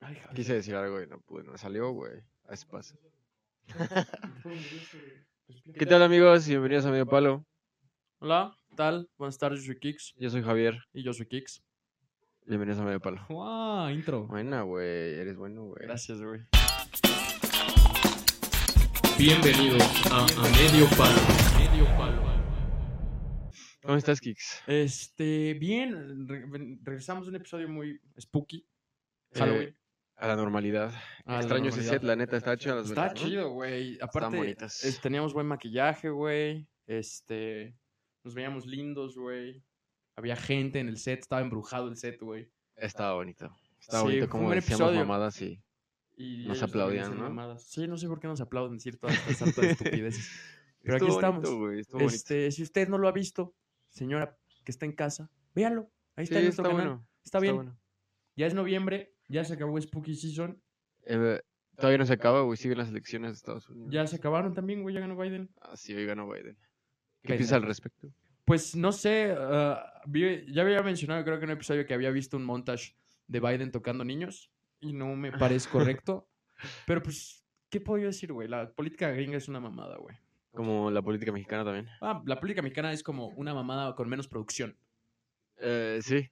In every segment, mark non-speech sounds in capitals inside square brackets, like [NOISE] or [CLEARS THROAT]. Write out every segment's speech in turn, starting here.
Ay, Javier. Quise decir algo y no pude, no salió, güey. Así pasa. ¿Qué tal, amigos? Bienvenidos a Medio Palo. Hola, ¿qué tal? Buenas tardes, yo soy Kix. Yo soy Javier. Y yo soy Kix. Bienvenidos a Medio Palo. ¡Wow! Intro. Buena, güey. Eres bueno, güey. Gracias, güey. Bienvenidos a, a Medio Palo. Medio Palo. ¿Cómo estás, Kix? Este, bien, re- ven- regresamos a un episodio muy spooky. Halloween. Eh, a la normalidad. a la Extraño ese normalidad. set, la neta. Está chido las Está velas, ¿no? chido, güey. Aparte, bonitas. es- teníamos buen maquillaje, güey. Este, nos veíamos lindos, güey. Había gente en el set, estaba embrujado el set, güey. Estaba bonito. Estaba Sí, bonito fue como un buen decíamos episodio. mamadas y... Y Nos ellos también aplaudían, hacen ¿no? mamadas. Sí, no sé por qué nos aplauden decir todas estas hartas estupideces. Pero aquí Estuvo estamos. bonito, güey, [LAUGHS] estuvo bonito. Este, si usted no lo ha visto, señora que está en casa, véalo. Ahí está Sí, en nuestro canal. bueno, está bien. bueno. Ya es noviembre, ya se acabó Spooky Season. Eh, todavía no se acaba, güey. Siguen las elecciones de Estados Unidos. Ya se acabaron también, güey, ya ganó Biden. Ah, sí, hoy ganó Biden. ¿Qué Pendejo. piensas al respecto? Pues no sé, ah, vi- ya había mencionado, creo que en un episodio que había visto un montage de Biden tocando niños y no me [LAUGHS] parece correcto. Pero pues, ¿qué puedo yo decir, güey? La política gringa es una mamada, güey. Como la política mexicana también. Ah, la política mexicana es como una mamada con menos producción. Eh, sí.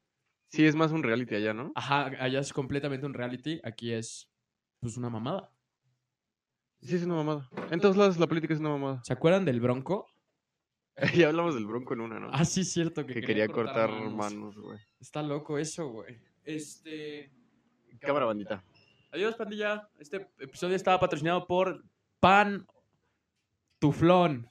Sí, es más un reality allá, ¿no? Ajá, allá es completamente un reality, aquí es pues una mamada. Sí, es una mamada. En todos lados la política es una mamada. ¿Se acuerdan del Bronco? [LAUGHS] [LAUGHS] ya hablamos del bronco en una, ¿no? Ah, sí, cierto, que, que quería cortar manos, güey. Está loco eso, güey. Este. Cámara bandita. Adiós, pandilla. Este episodio estaba patrocinado por Pan Tuflón.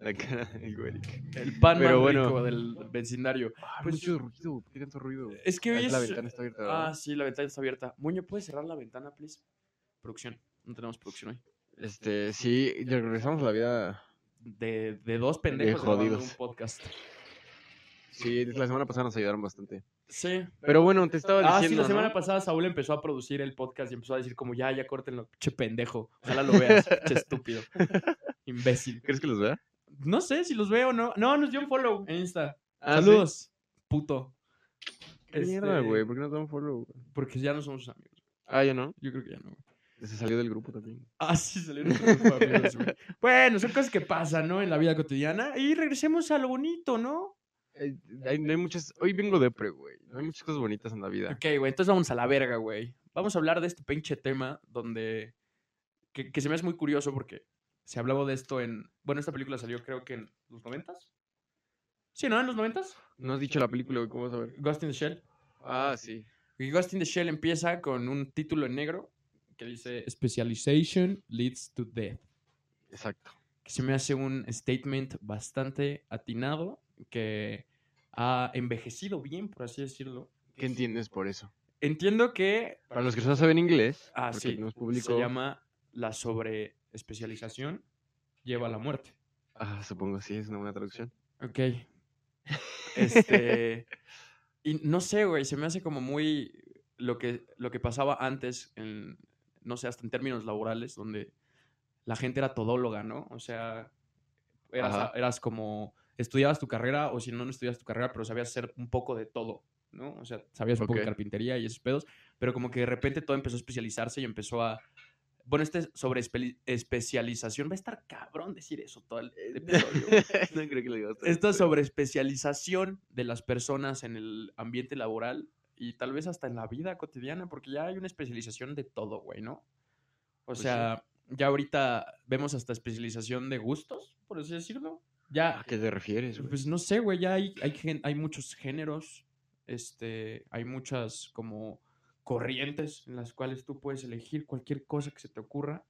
La cara del güey. El pan Pero más bueno. rico del vecindario. Pues- pues, mucho ruido, güey. ¿por qué tanto ruido? güey? Es que hoy Ah, es. La ventana está abierta. ¿verdad? Ah, sí, la ventana está abierta. Muño, ¿puedes cerrar la ventana, please? Producción. No tenemos producción hoy. Este, sí, ya regresamos a la vida. De, de dos pendejos grabando jodidos. un podcast. Sí, la semana pasada nos ayudaron bastante. Sí. Pero bueno, te estaba Ah, sí, diciendo. la semana ¿no? pasada Saúl empezó a producir el podcast y empezó a decir como, ya, ya córtenlo, che pendejo. Ojalá lo [LAUGHS] veas, che estúpido. Imbécil. ¿Crees que los vea? No sé si los veo o no. No, nos dio un follow en Insta. Ah, Saludos, puto. ¿Qué mierda, Este, güey? ¿Por qué no te dan follow? güey? Porque ya no somos sus amigos. Ah, ya no. Yo creo que ya no. güey. Se salió del grupo también. Ah, sí, salieron nuestros nuevos amigos, güey. Bueno, son cosas que pasan, ¿no? En la vida cotidiana. Y regresemos a lo bonito, ¿no? Eh, hay- no hay muchas. Hoy vengo de pre, güey. No hay muchas cosas bonitas en la vida. Ok, güey, entonces vamos a la verga, güey. Vamos a hablar de este pinche tema donde... Que, que se me hace muy curioso porque se hablaba de esto en... Bueno, esta película salió creo que en los noventas. Sí, ¿no? En los noventas. No has dicho la película, güey. ¿Cómo vas a ver? Ghost in the Shell. Ah, sí. Y Ghost in the Shell empieza con un título en negro que dice Specialization leads to death. Exacto. Que se me hace un statement bastante atinado que ha envejecido bien, por así decirlo. ¿Qué entiendes por eso? Entiendo que Para los que no saben inglés, Ah, porque sí, no es se público. llama la sobreespecialización lleva a la muerte. Ah, supongo sí, es una buena traducción. Ok. Este. y no sé, güey, se me hace como muy lo que, lo que pasaba antes, en, no sé, hasta en términos laborales, donde la gente era todóloga, ¿no? O sea, eras, Ajá. eras como, estudiabas tu carrera o si no, no estudiabas tu carrera, pero sabías hacer un poco de todo, ¿no? O sea, sabías un poco de Ok. carpintería y esos pedos, pero como que de repente todo empezó a especializarse y empezó a... Bueno, este sobre espe- especialización va a estar cabrón decir eso todo el Eh, episodio. güey. [LAUGHS] no creo que lo digas. Esta sobreespecialización de las personas en el ambiente laboral y tal vez hasta en la vida cotidiana, porque ya hay una especialización de todo, güey, ¿no? O sí. sea, ya ahorita vemos hasta especialización de gustos, por así decirlo. Ya, ¿A qué te refieres, güey? pues no sé, güey, ya hay, hay, gen- hay muchos géneros, este, hay muchas como corrientes en las cuales tú puedes elegir cualquier cosa que se te ocurra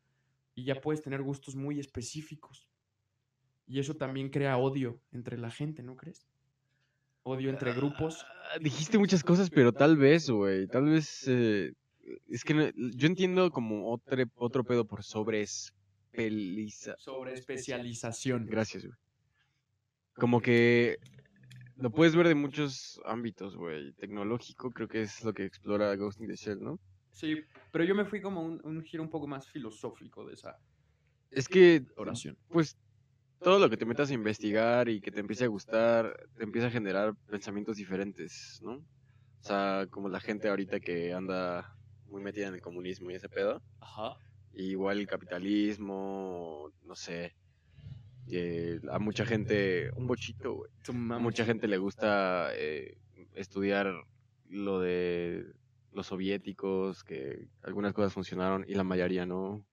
y ya puedes tener gustos muy específicos. Y eso también crea odio entre la gente, ¿no crees? Odio [LAUGHS] entre grupos. Ah, dijiste muchas cosas, pero tal vez, güey. Tal vez. eh, es que no- yo entiendo como otro, otro pedo por sobreespeliza. Sobre especialización. Ah, Gracias, güey. Como que lo puedes ver de muchos ámbitos, güey. Tecnológico, creo que es lo que explora Ghost in the Shell, ¿no? Sí, pero yo me fui como un, un giro un poco más filosófico de esa Es que, oración. pues, todo lo que te metas a investigar y que te empiece a gustar, te empieza a generar pensamientos diferentes, ¿no? O O sea, como la gente ahorita que anda muy metida en el comunismo y ese pedo. Ajá. Y igual el capitalismo, no sé. eh, a mucha gente, un bochito, güey. A mucha gente le gusta eh, estudiar lo de los soviéticos, que algunas cosas funcionaron y la mayoría [LAUGHS] no.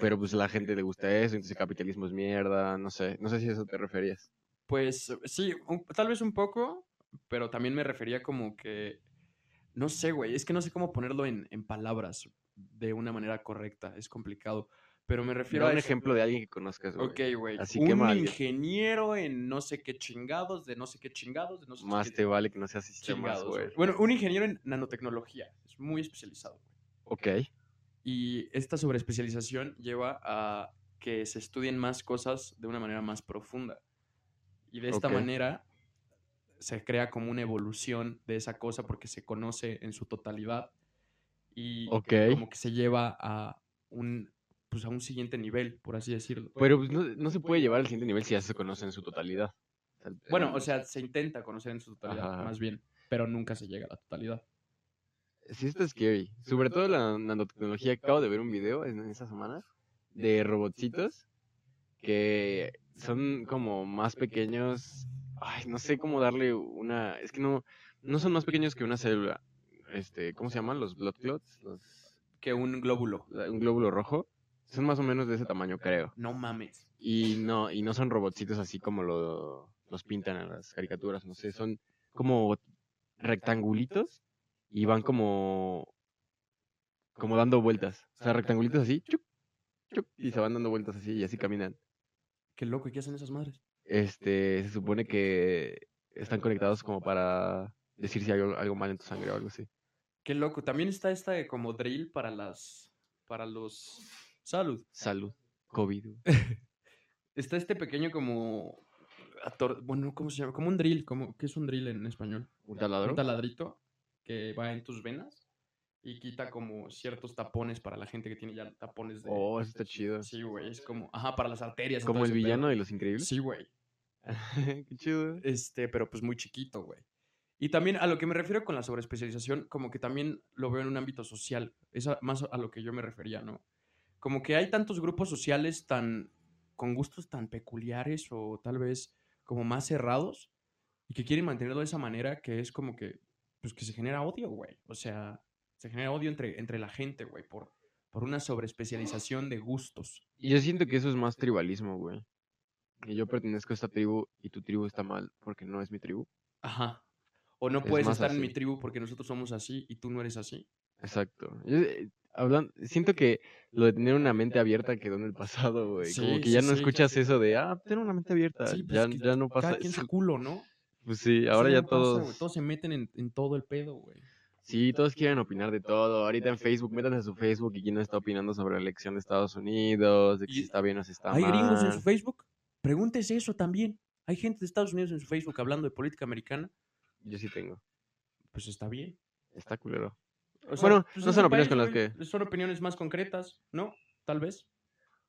Pero pues a la gente le gusta eso, entonces el capitalismo es mierda, no sé, no sé si a eso te referías. Pues sí, un- tal vez un poco, pero también me refería como que, no sé, güey, es que no sé cómo ponerlo en, en palabras de una manera correcta, es complicado, pero me refiero Da a... un eso. ejemplo de alguien que conozcas, güey. Ok, güey. Así un que mal. ingeniero en no sé qué chingados, de no sé qué chingados, de no sé Más qué te vale que no seas sistemas, chingados. güey. güey. Bueno, un ingeniero en nanotecnología, es muy especializado. güey. Ok, Pues, Y esta sobreespecialización lleva a que se estudien más cosas de una manera más profunda. Y de esta Ok. manera se crea como una evolución de esa cosa porque se conoce en su totalidad y ok. como que se lleva a un, pues a un siguiente nivel, por así decirlo. Pero pues, no, no se puede llevar al siguiente nivel si ya se conoce en su totalidad. O sea, bueno, eh, o sea, se intenta conocer en su totalidad, Ajá. más bien, pero nunca se llega a la totalidad. Sí, está scary. Sobre todo la nanotecnología. Acabo de ver un video en en esta semana de robotcitos que son como más pequeños. Ay, no sé cómo darle una. Es que no, no son más pequeños que una célula. Este, ¿cómo se llaman? Los blood clots, los- Que un glóbulo. la- un glóbulo rojo. Son más o menos de ese tamaño, creo. No mames. Y no, y no son robotcitos así como lo- los pintan en las caricaturas, no sé, son como rectangulitos y van como, como dando vueltas. O sea, rectangulitos así, chuc, chuc, y se van dando vueltas así y así caminan. Qué loco, ¿y qué hacen esas madres? Este, se supone que están conectados como para decir si hay algo, algo mal en tu sangre o algo así. Qué loco. También está esta de como drill para las. Para los. Salud. Salud, COVID. güey. Está este pequeño como. ator- Bueno, ¿cómo se llama? Como un drill. Como... ¿Qué es un drill en español? ¿Un Un taladro? taladrito que va en tus venas y quita como ciertos tapones para la gente que tiene ya tapones de. Oh, eso está chido. Sí, güey. Es como. Ajá, para las arterias. y Como todo el ese pedo. villano de Los Increíbles. Sí, güey. [LAUGHS] Qué chido. Este, pero pues muy chiquito, güey. Y también a lo que me refiero con la sobreespecialización, como que también lo veo en un ámbito social. Es a- más a lo que yo me refería, ¿no? Como que hay tantos grupos sociales tan con gustos tan peculiares o tal vez como más cerrados y que quieren mantenerlo de esa manera que es como que pues que se genera odio, güey. O sea, se genera odio entre, entre la gente, güey, por, por una sobreespecialización de gustos. Y yo siento que eso es más Este, tribalismo, güey. Y yo pertenezco a esta tribu y tu tribu está mal porque no es mi tribu. Ajá. O no Es puedes más estar en mi así. tribu porque nosotros somos así y tú no eres así. Exacto. Yo, eh, hablan- siento que lo de tener una mente abierta quedó en el pasado, güey. Sí, Como que sí, ya no sí. escuchas eso de, ah, tener una mente abierta. Sí, pues, ya, es que ya no Cada pasa quien su eso. culo, ¿no? Pues sí, Eso ahora ya no pasa, güey. todos... Todos se meten en, en todo el pedo, güey. Sí, todos quieren opinar de todo. Ahorita en Facebook, métanse a su Facebook y quién no está opinando sobre la elección de Estados Unidos, de que Y- si está bien o si está Hay mal. gringos en su Facebook. Pregúntese eso también. Hay gente de Estados Unidos en su Facebook hablando de política americana. Yo sí tengo. Pues está bien. Está culero. O Bueno, pues no es son un país, opiniones con las güey, Son opiniones más concretas, ¿no? Tal vez.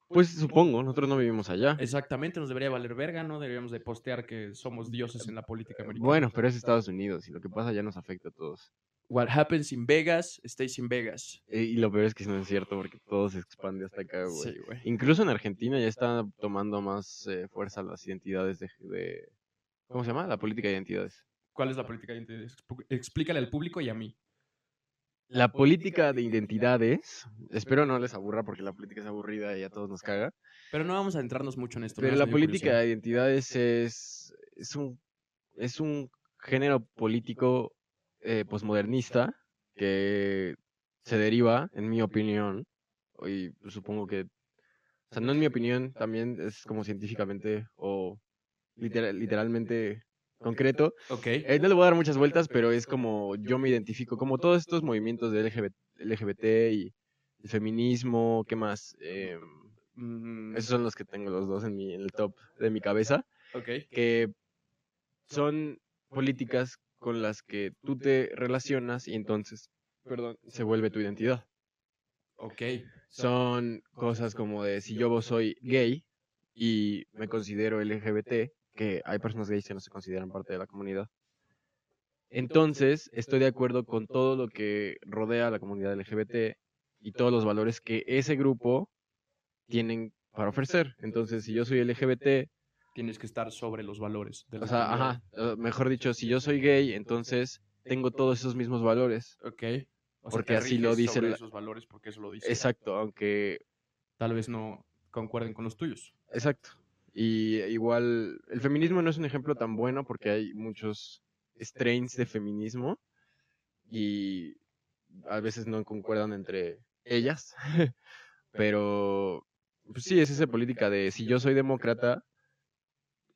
Pues supongo, nosotros no vivimos allá. Exactamente, nos debería valer verga, ¿no? Deberíamos de postear que somos dioses en la política americana. Eh, Bueno, pero es Estados Unidos y lo que pasa ya nos afecta a todos. What happens in Vegas, stays in Vegas. E- Y lo peor es que no es cierto porque todo se expande hasta acá, Ah, güey. Sí, güey. Incluso en Argentina ya están tomando más eh, fuerza las identidades de, de- ¿Cómo se llama? La política de identidades. ¿Cuál es la política? Expú- Explícale al público y a mí. La política de identidades, espero no les aburra porque la política es aburrida y a todos nos caga, Pero no vamos a entrarnos mucho en esto. me pero das la medio curiosidad. política de identidades es, es, un, es un género político eh, posmodernista que se deriva, en mi opinión, y supongo que, o sea, no en mi opinión, también es como científicamente o litera- literalmente concreto. Ok. Eh, no le voy a dar muchas vueltas, pero es como yo me identifico, como todos estos movimientos de LGBT, y el feminismo, ¿qué más? Eh, Mm, esos son los que tengo los dos en, mi, en el top de mi cabeza, Ok. que son políticas con las que tú te relacionas y entonces, perdón, se vuelve tu identidad. Ok. Son cosas como de si yo soy gay y me considero LGBT, que hay personas gays que no se consideran parte de la comunidad. Entonces, estoy de acuerdo con todo lo que rodea a la comunidad LGBT y todos los valores que ese grupo tienen para ofrecer. Entonces, si yo soy LGBT, Tienes que estar sobre los valores. de la o sea, comunidad. ajá, eh, mejor dicho, si yo soy gay, entonces tengo todos esos mismos valores. Ok. O sea, Porque te así lo riges dice sobre la- esos valores porque eso lo dice. Exacto, aunque Tal vez no concuerden con los tuyos. Exacto. Y igual, el feminismo no es un ejemplo tan bueno porque hay muchos strains de feminismo y a veces no concuerdan entre ellas. [LAUGHS] Pero pues sí, es esa política de si yo soy demócrata,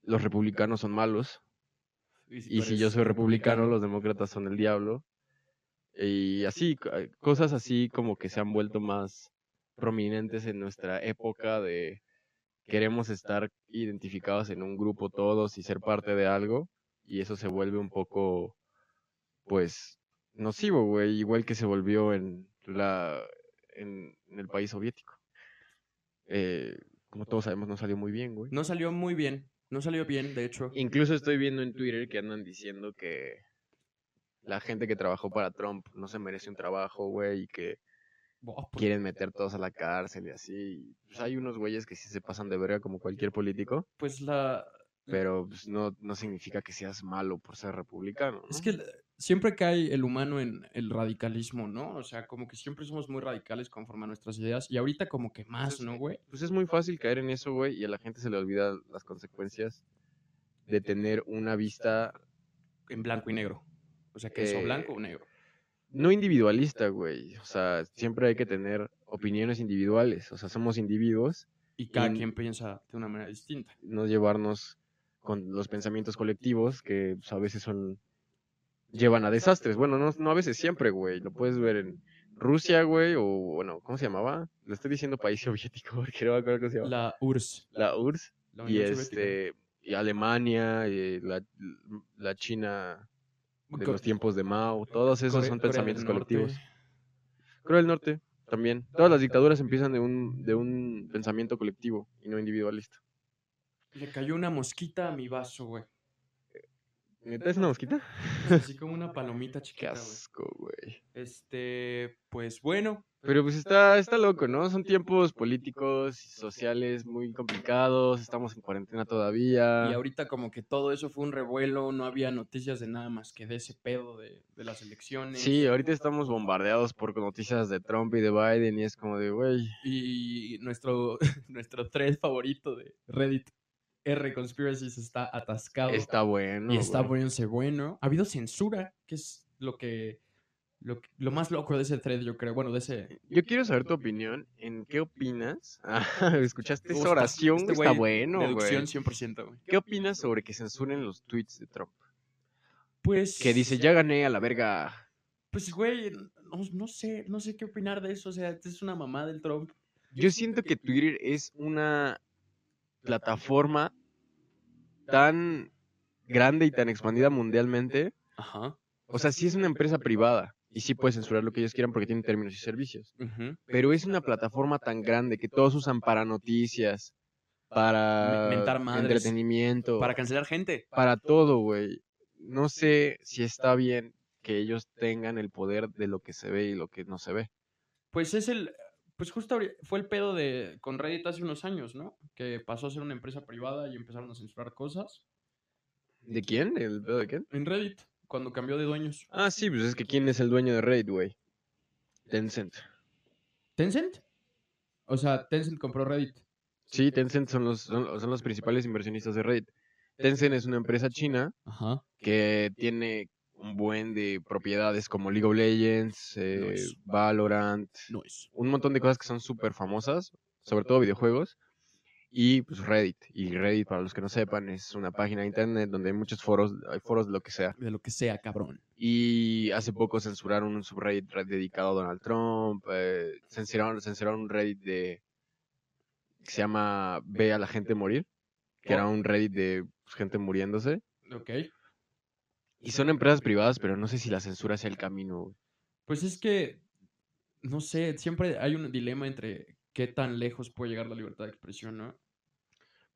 los republicanos son malos. tú Y si eres yo soy republicano, los demócratas son el diablo. Y así, co- eh, cosas así como que se han vuelto más prominentes en nuestra época de queremos estar identificados en un grupo todos y ser parte de algo. Y eso se vuelve un poco, pues, nocivo, güey. Igual que se volvió en, la, en, en el país soviético. Eh, como todos sabemos, no salió muy bien, güey. No salió muy bien. No salió bien, de hecho. Incluso estoy viendo en Twitter que andan diciendo que la gente que trabajó para Trump no se merece un trabajo, güey, y que Buah, pues, quieren meter todos a la cárcel y así. Pues hay unos güeyes que sí se pasan de verga como cualquier político, pues la, pero pues, no, no significa que seas malo por ser republicano. ¿no? Es que el- siempre cae el humano en el radicalismo, ¿no? O sea, como que siempre somos muy radicales conforme a nuestras ideas. Y ahorita como que más, ¿no, güey? Pues es muy fácil caer en eso, güey, y a la gente se le olvida las consecuencias de tener una vista En blanco y negro. O sea, que es o Eh, blanco o negro. no individualista, güey. O sea, siempre hay que tener opiniones individuales. O sea, somos individuos Y cada in- quien piensa de una manera distinta. no llevarnos con los pensamientos colectivos que pues, a veces son llevan a desastres. Bueno, no, no a veces siempre, güey. Lo puedes ver en Rusia, güey, o bueno, ¿cómo se llamaba? Lo estoy diciendo país [LAUGHS] soviético porque no me acuerdo cómo se llamaba. La URSS. La, URSS La y Unión Soviética. este y Alemania y la, la China de Co- los tiempos de Mao, todos esos Core- son Corea del pensamientos Norte. colectivos. Creo el norte también. Todas las dictaduras empiezan de un de un pensamiento colectivo y no individualista. Le cayó una mosquita a mi vaso, [LAUGHS] güey. ¿Neta es una mosquita? Así como una palomita Qué chiquita, güey. asco, güey. Este, pues bueno. Pero pues está, está loco, ¿no? Son tiempos políticos y sociales muy complicados, estamos en cuarentena todavía. Y ahorita como que todo eso fue un revuelo, no había noticias de nada más que de ese pedo de, de las elecciones. Sí, ahorita estamos bombardeados por noticias de Trump y de Biden y es como de, güey, Y nuestro, [LAUGHS] nuestro thread favorito de Reddit, R Conspiracies, está atascado. está bueno. y está güey. poniéndose bueno. Ha habido censura, que es lo que, lo, que- lo más loco de ese thread, yo creo. Bueno, de ese... Yo quiero saber tu opinión, ¿en qué opinas? [LAUGHS] Ah, ¿Escuchaste Oh, esa está- oración? este está güey, bueno, deducción güey. 100%, güey. ¿Qué opinas sobre que censuren los tweets de Trump? Pues... Que dice, ya gané a la verga. Pues, güey, no, no sé, no sé qué opinar de eso. O sea, es una mamá del Trump. Yo siento que Twitter es una plataforma tan grande y tan expandida mundialmente. Ajá. O sea, sí es una empresa privada y sí puede censurar lo que ellos quieran porque tienen términos y servicios. ujú. Pero es una plataforma tan grande que todos usan para noticias, para Me- mentar madres, entretenimiento, Para cancelar gente. para todo, güey. No sé si está bien que ellos tengan el poder de lo que se ve y lo que no se ve. Pues es el. Pues justo ahori- fue el pedo de con Reddit hace unos años, ¿no? Que pasó a ser una empresa privada y empezaron a censurar cosas. ¿De quién? ¿El pedo de quién? En Reddit, cuando cambió de dueños. Ah, sí, pues es que ¿quién es el dueño de Raid, güey? Tencent. ¿Tencent? O sea, Tencent compró Reddit. Sí, Tencent son los, son, son los principales inversionistas de Raid. Tencent es una empresa china Ajá. que tiene un buen de propiedades como League of Legends, eh, Nice. Valorant, No es. un montón de cosas que son súper famosas, sobre todo videojuegos, y pues Reddit. Y Reddit, para los que no sepan, es una página de internet donde hay muchos foros, hay foros de lo que sea. De lo que sea, cabrón. Y hace poco censuraron un subreddit re- dedicado a Donald Trump. eh, censuraron, censuraron un Reddit de. que se llama Ve a la gente morir. Que era un Reddit de pues, gente muriéndose. Ok. Y son empresas privadas, pero no sé si la censura sea el camino. güey. Pues es que. No sé, siempre hay un dilema entre qué tan lejos puede llegar la libertad de expresión, ¿no?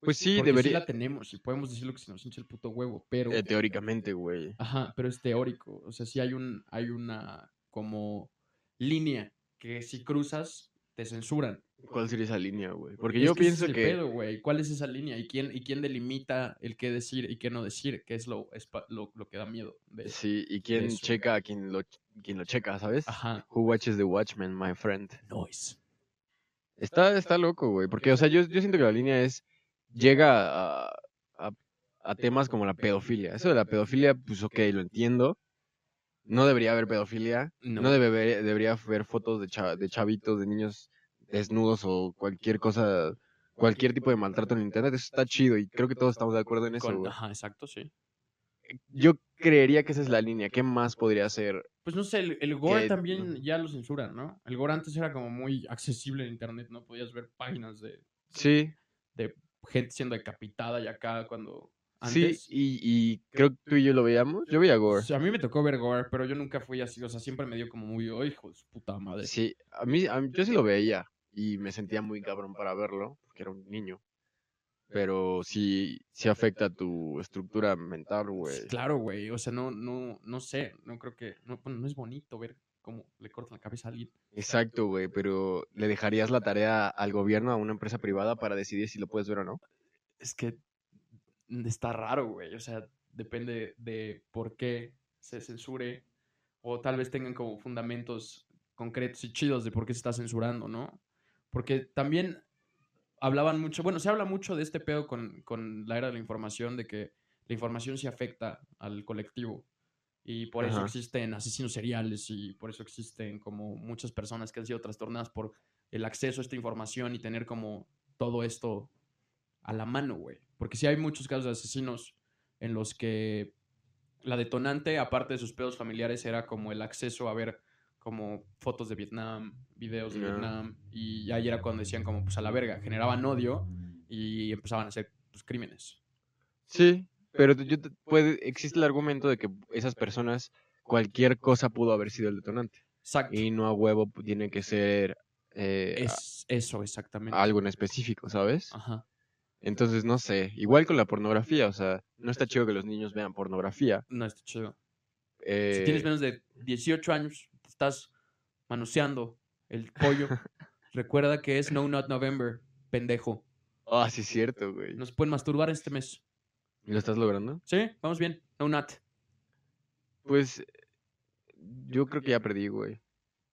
Pues sí, Porque debería. la tenemos y podemos decir lo que se nos hincha el puto huevo, pero... eh, teóricamente, güey. Ajá, pero es teórico. O sea, sí hay, un, hay una como línea que si cruzas te censuran. ¿Cuál sería esa línea, güey? Porque Es yo que ese es pienso el que. pedo, güey. ¿Cuál es esa línea? ¿Y quién, ¿Y quién delimita el qué decir y qué no decir? Que es lo, es pa- lo, lo que da miedo. de- Sí, y quién eso. checa a quien lo, quien lo checa, ¿sabes? Ajá. Who watches the Watchmen, my friend. Noise. Está, está loco, güey. Porque, o sea, yo, yo siento que la línea es. Llega a, a- a temas como la pedofilia. Eso de la pedofilia, pues ok, lo entiendo. No debería haber pedofilia. No, debe haber- debería haber fotos de, cha- de chavitos, de niños desnudos o cualquier cosa. Cualquier tipo de maltrato en el internet. Eso está chido y creo que todos estamos de acuerdo en eso, Con- [LAUGHS] güey. ajá, exacto, sí. Yo creería que esa es la línea. ¿Qué más podría ser? Pues no sé, el, el gore Que- también ya lo censuran, ¿no? El gore antes era como muy accesible en internet, ¿no? Podías ver páginas de Sí, gente siendo decapitada y acá cuando... Sí, Antes. y, y creo que tú y yo lo veíamos. Yo veía Gore. Sí, a mí me tocó ver gore, pero yo nunca fui así. O sea, siempre me dio como muy, "Oh, hijo de su puta madre. Sí, a mí, a mí- yo sí lo veía y me sentía muy cabrón para verlo, porque era un niño. Pero sí, sí afecta tu estructura mental, Pues, güey. Claro, güey. O sea, no, no, no sé. No creo que. No, bueno, no es bonito ver cómo le cortan la cabeza a alguien. Exacto, güey, pero le dejarías la tarea al gobierno, a una empresa privada, para decidir si lo puedes ver o no. Es que está raro, güey. O sea, depende de por qué se censure. O tal vez tengan como fundamentos concretos y chidos de por qué se está censurando, ¿no? Porque también hablaban mucho. Bueno, se habla mucho de este pedo con, con la era de la información, de que la información sí afecta al colectivo. Y por eso Ajá. existen asesinos seriales y por eso existen como muchas personas que han sido trastornadas por el acceso a esta información y tener como todo esto a la mano, güey. Porque sí hay muchos casos de asesinos en los que la detonante, aparte de sus pedos familiares, era como el acceso a ver como fotos de Vietnam, videos de Ya. Vietnam. Y ahí era cuando decían como, pues a la verga, generaban odio y empezaban a hacer pues, crímenes. Sí, pero tú- yo te- puede, existe el argumento de que esas personas, cualquier cosa pudo haber sido el detonante. Exacto. Y no a huevo pues, tiene que ser eh, a- es eso, exactamente. algo en específico, ¿sabes? Ajá. Entonces, no sé, igual con la pornografía, o sea, no está chido que los niños vean pornografía. No, está chido. Si eh, tienes menos de 18 años, te estás manoseando el pollo. [LAUGHS] Recuerda que es No Not November, pendejo. Ah, sí, es cierto, güey. Nos pueden masturbar este mes. ¿Lo estás logrando? Sí, vamos bien. No Not. Pues yo creo que ya perdí, güey.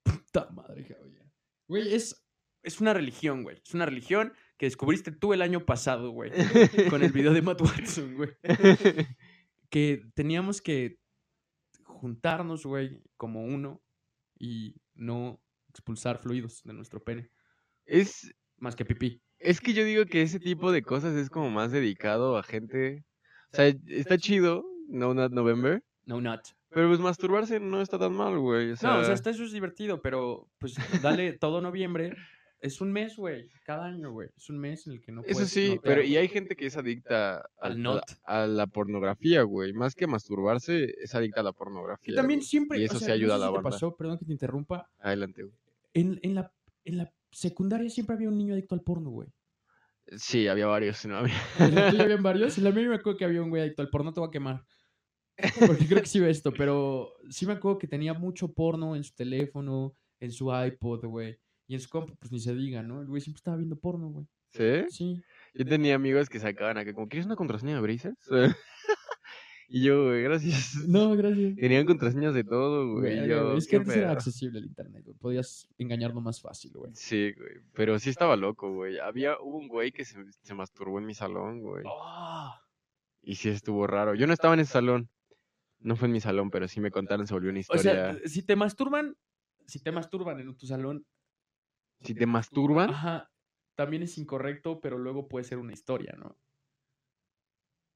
Puta madre, Javier. Güey, es, es una religión, güey. Es una religión que descubriste tú el año pasado, [LAUGHS] güey. [LAUGHS] Con el video de Matt Watson, güey. que teníamos que juntarnos, güey, como uno y no expulsar fluidos de nuestro pene, [LAUGHS] es, más que pipí. es que yo digo que ese tipo de cosas es como más dedicado a gente. O sea, está chido, No Not November, No not. pero pues masturbarse no está tan mal, güey. O sea, no, o sea, hasta eso es divertido, pero pues dale todo noviembre. Es un mes, güey. Cada año, güey. Es un mes en el que pues, no Eso puedes sí, notar, pero y güey. hay gente que es adicta Al al- a, not. la- a la pornografía, güey. Más que masturbarse, es adicta a la pornografía. Que también güey. siempre. Y eso o sea, sí no ayuda sé a la si te banda. pasó, perdón que te interrumpa. Adelante, güey. En, en la, en la secundaria siempre había un niño adicto al porno, güey. Eh, Sí, había varios, ¿no? [LAUGHS] Había- En la tuya habían varios. En la mía me acuerdo que había un güey adicto al porno. Te voy a quemar. Porque creo que sí ve esto. Pero sí me acuerdo que tenía mucho porno en su teléfono, en su iPod, güey. Y en su compu, pues ni se diga, ¿no? El güey siempre estaba viendo porno, güey. ¿Sí? Sí. Yo tenía amigos que sacaban acá, como, ¿quieres una contraseña de Brazers? [LAUGHS] y yo, güey, gracias. [LAUGHS] No, gracias. Tenían contraseñas de todo, güey. y Verga, yo, güey, es "Qué que antes era pedo". accesible el internet, güey. Podías engañarlo más fácil, güey. Sí, güey. Pero sí estaba loco, güey. Había hubo un güey que se, se masturbó en mi salón, güey. Ah, Y sí estuvo raro. Yo no estaba en ese salón. No fue en mi salón, pero sí me contaron, se volvió una o historia. sea, eh, si te masturban, si te masturban en tu salón, si te masturban, ajá, también es incorrecto, pero luego puede ser una historia, ¿no?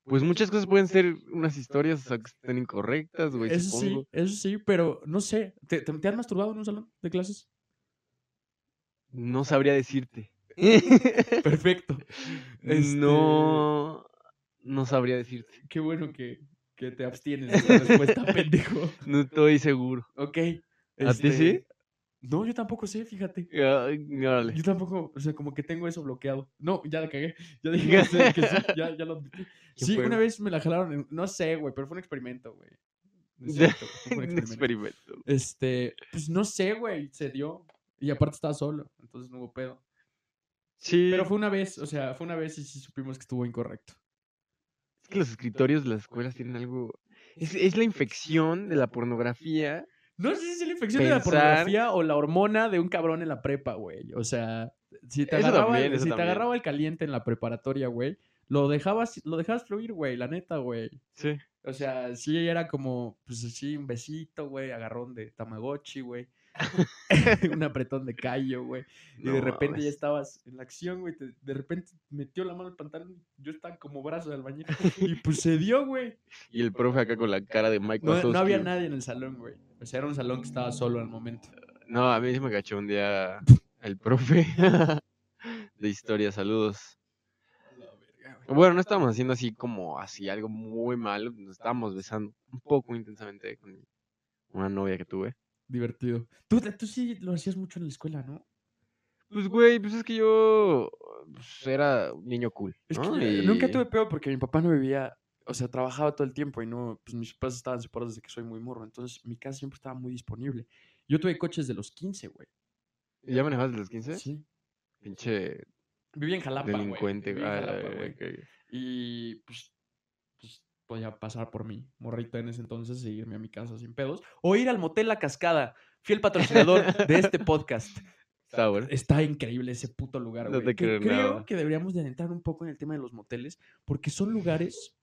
Pues muchas cosas pueden ser unas historias o sea, que estén incorrectas, güey, Eso supongo. sí, eso sí, pero no sé. ¿Te, te, te han masturbado en un salón de clases? No sabría decirte. [LAUGHS] Perfecto. Este, No, no sabría decirte. Qué bueno que, que [LAUGHS] te abstienes de esta respuesta, pendejo. No estoy seguro. Ok. ¿A ti sí? este, No, yo tampoco sé, fíjate. Ay, órale. Yo tampoco, o sea, como que tengo eso bloqueado. No, ya la cagué. Ya dije que sí, que sí, ya, ya lo [LAUGHS] admití. ¿Qué Sí, fue, una güey? vez me la jalaron, en- no sé, güey, pero fue un experimento, güey. No [LAUGHS] es cierto, fue [LAUGHS] un Un experimento. experimento. Este, pues no sé, güey, se dio. Y aparte estaba solo, entonces no hubo pedo. Sí, Pero fue una vez, o sea, fue una vez y sí supimos que estuvo incorrecto. es que los escritorios de las escuelas tienen algo... Es, es la infección de la pornografía. No sé si es la infección de la Pensar- pornografía o la hormona de un cabrón en la prepa, güey. O sea, si te Eso agarraba, también, el, eso si te también. agarraba el caliente en la preparatoria, güey, lo dejabas, lo dejabas fluir, güey, la neta, güey. Sí. O sea, sí era como, pues así, un besito, güey, agarrón de Tamagotchi, [LAUGHS] güey. [LAUGHS] un apretón de callo, güey. Y de repente ya estabas en la acción, güey. te- De repente metió la mano al pantalón. Yo estaba como brazo de albañil. Y pues se dio, güey. Y el profe acá con la cara de Mike No, no había Wazowski. nadie en el salón, güey. O sea, era un salón que estaba solo al momento. No, a mí sí me cachó [LAUGHS] un día el profe [LAUGHS] de historia, saludos. Bueno, no estábamos haciendo así como así algo muy malo, nos estábamos besando un poco intensamente con una novia que tuve. Divertido. Tú, tú sí lo hacías mucho en la escuela, ¿no? Pues güey, pues es que yo pues, era un niño cool, Es ¿no? que eh, nunca Y- tuve peor porque mi papá no vivía, o sea, trabajaba todo el tiempo y no, pues mis papás estaban separados desde que soy muy morro. Entonces mi casa siempre estaba muy disponible. Yo tuve coches de los 15, güey. ¿Ya manejabas desde los 15? Sí. Pinche Vivía en Jalapa, güey. delincuente. Vivía en ah, Jalapa, güey. ok. Y pues, pues, podía pasar por mi morrito en ese entonces e irme a mi casa sin pedos. O ir al motel La Cascada, fiel patrocinador de este podcast. Está bueno. Está increíble ese puto lugar, No güey. te que creo creo nada. que deberíamos de adentrar un poco en el tema de los moteles, porque son lugares,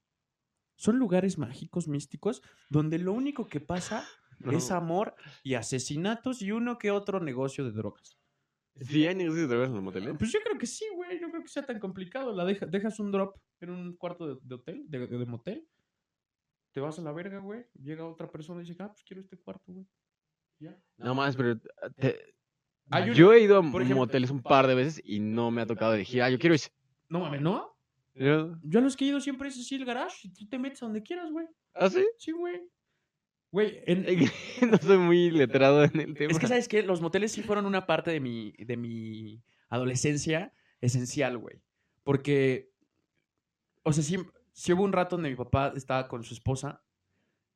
son lugares mágicos, místicos, donde lo único que pasa es No. amor y asesinatos y uno que otro negocio de drogas. Sí, hay negocios de drogas en los moteles. Pues yo creo que sí, güey. No creo que sea tan complicado. La deja- dejas un drop en un cuarto de, de hotel, de, de motel. Te vas a la verga, güey. Llega otra persona y dice, ah, pues quiero este cuarto, güey. Ya. No más, pero te- Hay un- yo he ido a por ejemplo- moteles un par de veces y no me ha tocado elegir, ah, yo quiero ese. No mames, ¿no? Yo, Yo a los que he ido siempre es así el garage. Y tú te metes a donde quieras, güey. ¿Ah, sí? [LAUGHS] Sí, güey. Güey, en- no soy muy letrado en el tema. es que, ¿sabes qué? Los moteles sí fueron una parte de mi, de mi adolescencia esencial, güey. Porque, o sea, sí, sí hubo un rato donde mi papá estaba con su esposa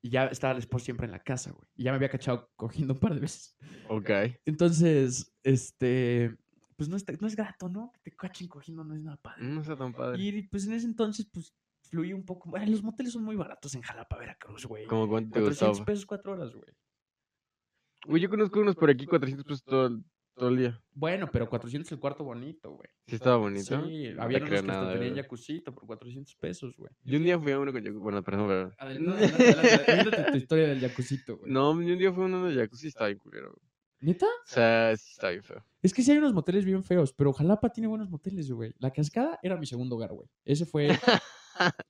y ya estaba la esposa siempre en la casa, güey. Y ya me había cachado cogiendo un par de veces. Ok. Entonces, este, pues no es, no es grato, ¿no? Que te cachen cogiendo no es nada padre. No está tan padre. Y pues en ese entonces, pues fluí un poco. Ay, los moteles son muy baratos en Jalapa, Veracruz, güey. Como cuánto te 400 gustaba. pesos, 4 horas, güey. Uy, yo conozco unos por aquí, 400 pesos todo, el- todo el día. Bueno, pero 400 el cuarto bonito, güey. Sí, estaba bonito. Sí, No había te unos que creo hasta nada, tenían güey. jacuzito por 400 pesos, güey. Yo un día fui a uno con jacuzzi. Bueno, perdón, pero... Adelante, adelante, adelante, tu historia del jacuzito, güey. [LAUGHS] No, yo un día fui a uno de jacuzzi y estaba bien culero. güey. ¿Neta? O sea, sí estaba bien feo. Es que sí hay unos moteles bien feos, pero Jalapa tiene buenos moteles, güey. La Cascada era mi segundo hogar, güey. Ese [LAUGHS] fue...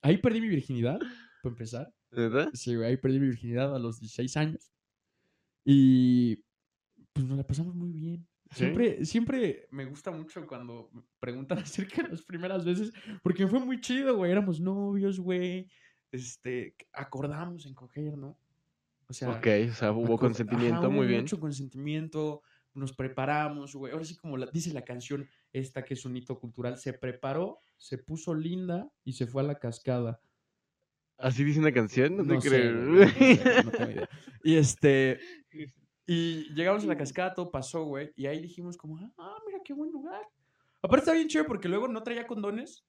Ahí perdí mi virginidad, para empezar. ¿Verdad? Sí, güey, ahí perdí mi virginidad a los 16 años. Y... Pues nos la pasamos muy bien. ¿Sí? Siempre, siempre me gusta mucho cuando me preguntan [LAUGHS] acerca de las primeras veces, porque fue muy chido, güey. Éramos novios, güey. Este, acordamos en coger, ¿no? O sea, Ok, o sea, hubo acord- consentimiento, ajá, muy hubo bien. Mucho consentimiento, nos preparamos, güey. Ahora sí, como la- dice la canción esta que es un hito cultural, se preparó, se puso linda y se fue a la cascada. ¿Así dice una canción? No te sé, creo. güey, no sé, no [LAUGHS] tengo idea. [LAUGHS] Y este. Y llegamos a la cascada, todo pasó, güey. Y ahí dijimos, como, "Ah, ah, mira qué buen lugar. Aparte está bien chévere porque luego no traía [LAUGHS] condones.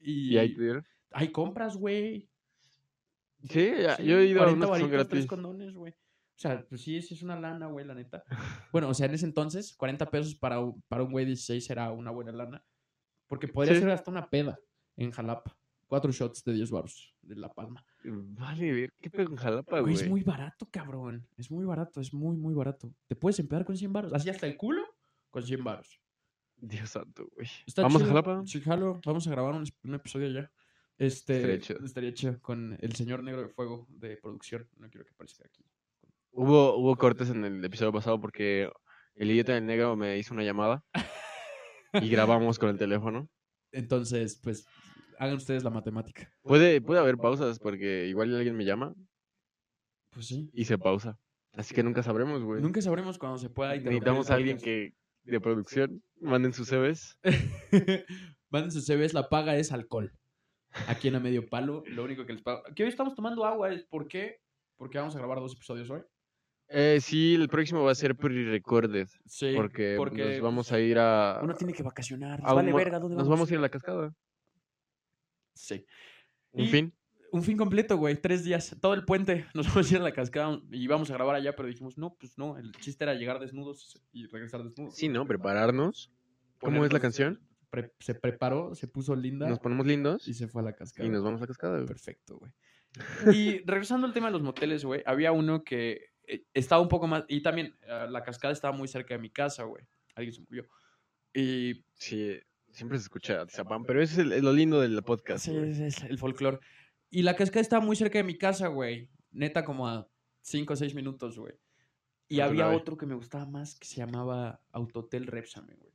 Y, ¿Y ahí te dieron? hay compras, güey. Sí, ya, Sí, yo he ido a 40 unos que son varitos, tres gratis. condones, güey. O sea, pues sí, sí es una lana, güey, la neta. Bueno, o sea, en ese entonces, 40 pesos para, un- para un güey de 16 era una buena lana. Porque podría Sí. ser hasta una peda en Jalapa. Cuatro shots de 10 baros de La Palma. Vale, ver, ¿qué pedo con Jalapa, Güey, güey? es muy barato, cabrón. Es muy barato, es muy, muy barato. Te puedes empedar con 100 baros. Así hasta el culo con 100 baros. Dios santo, güey. Está ¿Vamos a chido. Jalapa? Sí, jalo. Vamos a grabar un, un episodio ya. Este, Estaría chido. estaría chido con el señor negro de fuego de producción. No quiero que aparezca aquí. Hubo, hubo cortes en el episodio pasado porque el idiota del negro me hizo una llamada y grabamos con el teléfono. Entonces, pues, hagan ustedes la matemática. Puede, puede haber pausas porque igual alguien me llama Pues sí. y se pausa. Así que nunca sabremos, güey. Nunca sabremos cuando se pueda. interrumpir el Pues Necesitamos a alguien podcast. que de producción manden sus CVs. [LAUGHS] Manden sus CVs, la paga es alcohol. Aquí en A Medio Palo, lo único que les pago. Que hoy estamos tomando agua, ¿es por qué? Porque vamos a grabar dos episodios hoy. Eh, sí, el próximo va a ser pre-recorded. Sí, pues, Porque, nos vamos a ir a. uno tiene que vacacionar. a Nos vale un- verga, ¿dónde Nos vamos a ir a la cascada. Sí. En Y- fin. Un fin completo, güey. Tres días. Todo el puente. Nos [LAUGHS] vamos a ir a la cascada y vamos a grabar allá, pero dijimos, no, pues no. El chiste era llegar desnudos y regresar desnudos. Sí, ¿no? Prepararnos. ¿Cómo Ponernos- es la canción? Pre- se preparó, se puso linda Nos ponemos lindos y se fue a la cascada. y nos vamos a la cascada. güey. Perfecto, güey. Y regresando al tema de los moteles, güey, había uno que eh, estaba un poco más. Y también eh, la cascada estaba muy cerca de mi casa, güey. Alguien se movió. Y Sí, siempre se escucha Atizapán, pero eso es el- es lo lindo del podcast. sí, güey. es, es el folclore. Y la cascada estaba muy cerca de mi casa, güey. Neta, como a 5 o 6 minutos, güey. Y No te la había ve. otro que me gustaba más que se llamaba Autotel Repsamen, güey.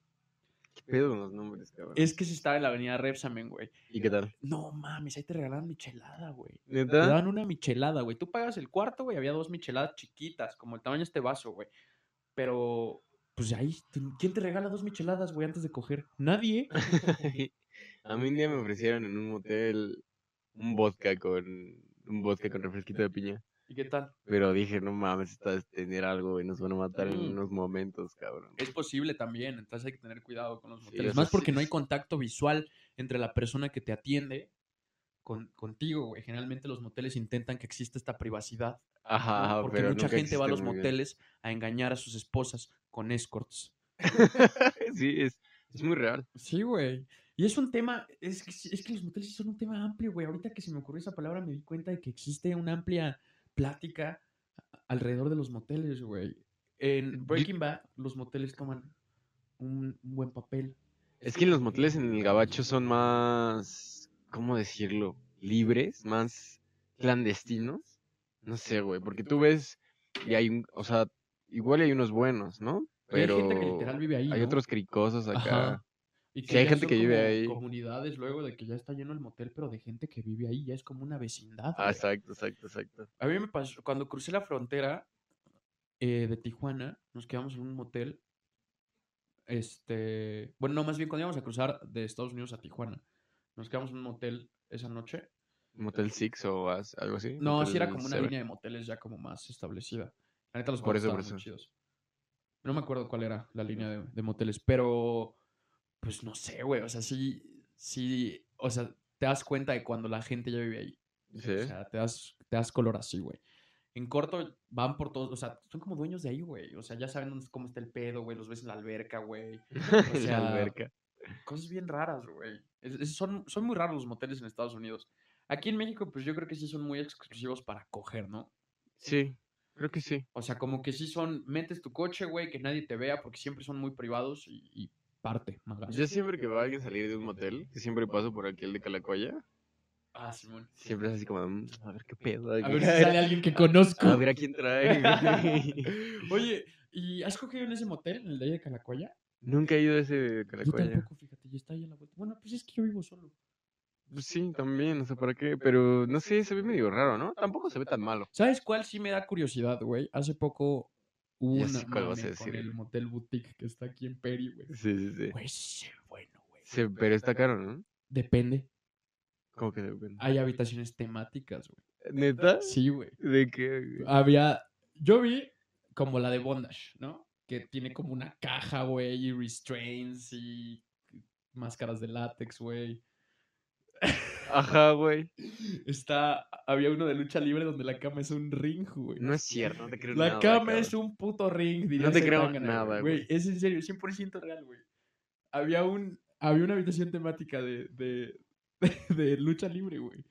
¿Qué pedo con los nombres, cabrón? Es que se estaba en la avenida Repsamen, güey. ¿Y qué tal? No mames, ahí te regalaban michelada, güey. Te ¿Neta? daban una michelada, güey. Tú pagas el cuarto, güey. Había dos micheladas chiquitas, como el tamaño de este vaso, güey. Pero, pues ahí, te- ¿quién te regala dos micheladas, güey, antes de coger? Nadie. [LAUGHS] A mí un día me ofrecieron en un motel un vodka con un vodka con refresquito de piña. ¿Y qué tal? Pero dije, no mames, está de tener algo y nos van a matar en Mm. unos momentos, cabrón. Es posible también, entonces hay que tener cuidado con los Sí, moteles. o sea, Más porque sí no hay es- contacto visual entre la persona que te atiende con, contigo, güey. Generalmente los moteles intentan que exista esta privacidad. ¿no? Ajá, ajá, porque pero mucha nunca gente va a los existe muy bien. moteles a engañar a sus esposas con escorts. [LAUGHS] sí, es, es muy real. Sí, güey. Y es un tema, es que, sí- es que los moteles sí son un tema amplio, güey. Ahorita que se me ocurrió esa palabra me di cuenta de que existe una amplia plática a- alrededor de los moteles, güey. En Breaking Bad, los moteles toman un, un buen papel. Es que los moteles en el gabacho son más, ¿cómo decirlo? Libres, más clandestinos. No sé, güey, porque tú ves y hay un, o sea, igual hay unos buenos, ¿no? Y Pero hay gente que literal vive ahí, hay ¿no? otros cricosos acá. Ajá. Y sí, hay ya gente son que vive como ahí. comunidades luego de que ya está lleno el motel, pero de gente que vive ahí, ya es como una vecindad. Ah, güey. exacto, exacto, exacto. A mí me pasó, cuando crucé la frontera eh, de Tijuana, nos quedamos en un motel. Este, bueno, no, más bien cuando íbamos a cruzar de Estados Unidos a Tijuana, nos quedamos en un motel esa noche. Motel Six o as- algo así. No, sí Motel era como una Seven. línea de moteles ya como más establecida. La neta los Por cuartos eso, por estaban muy chidos. No me acuerdo cuál era la línea de, de moteles, pero pues no sé, güey, o sea, sí, sí, o sea, te das cuenta de cuando la gente ya vive ahí. O Sí. sea, te das, te das color así, güey. En corto van por todos, o sea, son como dueños de ahí, güey. O sea, ya saben dónde, cómo está el pedo, güey. Los ves en la alberca, [LAUGHS] güey. En la sea, alberca. Cosas bien raras, güey. Es- es- son, son muy raros los moteles en Estados Unidos. Aquí en México, pues yo creo que sí son muy exclusivos para coger, ¿no? Sí, creo que sí. O sea, como que sí son, metes tu coche, güey, que nadie te vea porque siempre son muy privados y, y parte, magas. Yo siempre que veo a alguien salir de un motel, que siempre paso por aquel de Calacoya, [LAUGHS] Ah, Simón. siempre es así como, "Mm, a ver qué pedo. A ver si sale [LAUGHS] alguien que conozco. A ver a [LAUGHS] quién trae. [LAUGHS] güey". Oye, ¿y has cogido en ese motel, en el de ahí de Calacoya? Nunca he ido a ese de Yo Calacoya. tampoco, fíjate, y está ahí a la vuelta. Bueno, pues es que yo vivo solo. Pues Sí, también, no sé para qué, pero no sé, se ve medio raro, ¿no? Tampoco se ve tan malo. ¿Sabes cuál sí me da curiosidad, güey? Hace poco hubo Ya una sé cuál vas a mame decir, con el güey. motel boutique que está aquí en Peri, güey. Sí, sí, sí. Güey, sí, se ve bueno, güey. Sí, pero está caro, ¿no? Depende. ¿Cómo que depende? Hay habitaciones temáticas, güey. ¿Neta? Sí, güey. ¿De qué? güey? Había. Yo vi como la de Bondage, ¿no? Que tiene como una caja, güey, y restraints y máscaras de látex, güey. Ajá, güey. Está. Había uno de lucha libre donde la cama es un ring, güey. No es cierto, no te creo La nada. cama cabrón. es un puto ring. diría No te creo Zetangana, nada, güey. güey. Es en serio, 100% real, güey. Había, un, había una habitación temática de, de, [LAUGHS] de lucha libre, [LAUGHS] güey.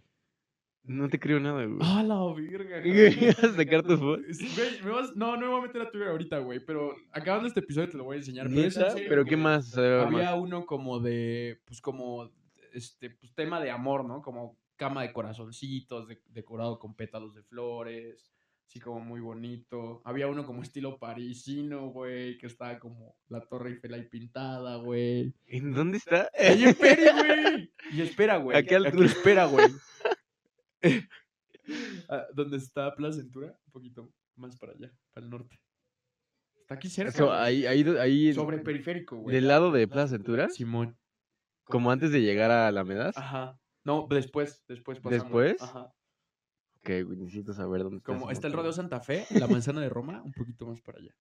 No te creo nada, güey. ¡Ah, la verga! [LAUGHS] ¿Qué? cabrón! ¿Vas a sacar tu foto? Es- Güey, me vas- No, no me voy a meter a Twitter ahorita, güey. Pero acabando este episodio te lo voy a enseñar. Pero, es en ¿Neta? serio, ¿Pero qué güey. más? O sea, Había más. uno como de, pues como, este, pues tema de amor, ¿no? Como cama de corazoncitos, de- decorado con pétalos de flores, así como muy bonito. Había uno como estilo parisino, güey, que estaba como la torre Eiffel ahí pintada, güey. ¿En dónde está? [LAUGHS] ¡Ahí en Peri, güey! Y espera, güey. ¿A qué aquí altura? [LAUGHS] espera, güey. Ah, ¿Dónde está Plaza Ventura? Un poquito más para allá, para el norte. Está aquí cerca. Es que güey. ahí, ahí, ahí Sobre periférico, güey. del lado de Plaza Ventura, Simón. como antes de llegar a Alamedas. Ajá. No, después, después pasamos. ¿Después? Ajá. Que güey, necesito saber dónde está. Como ese está el motel. Rodeo Santa Fe, la manzana de Roma, un poquito más para allá.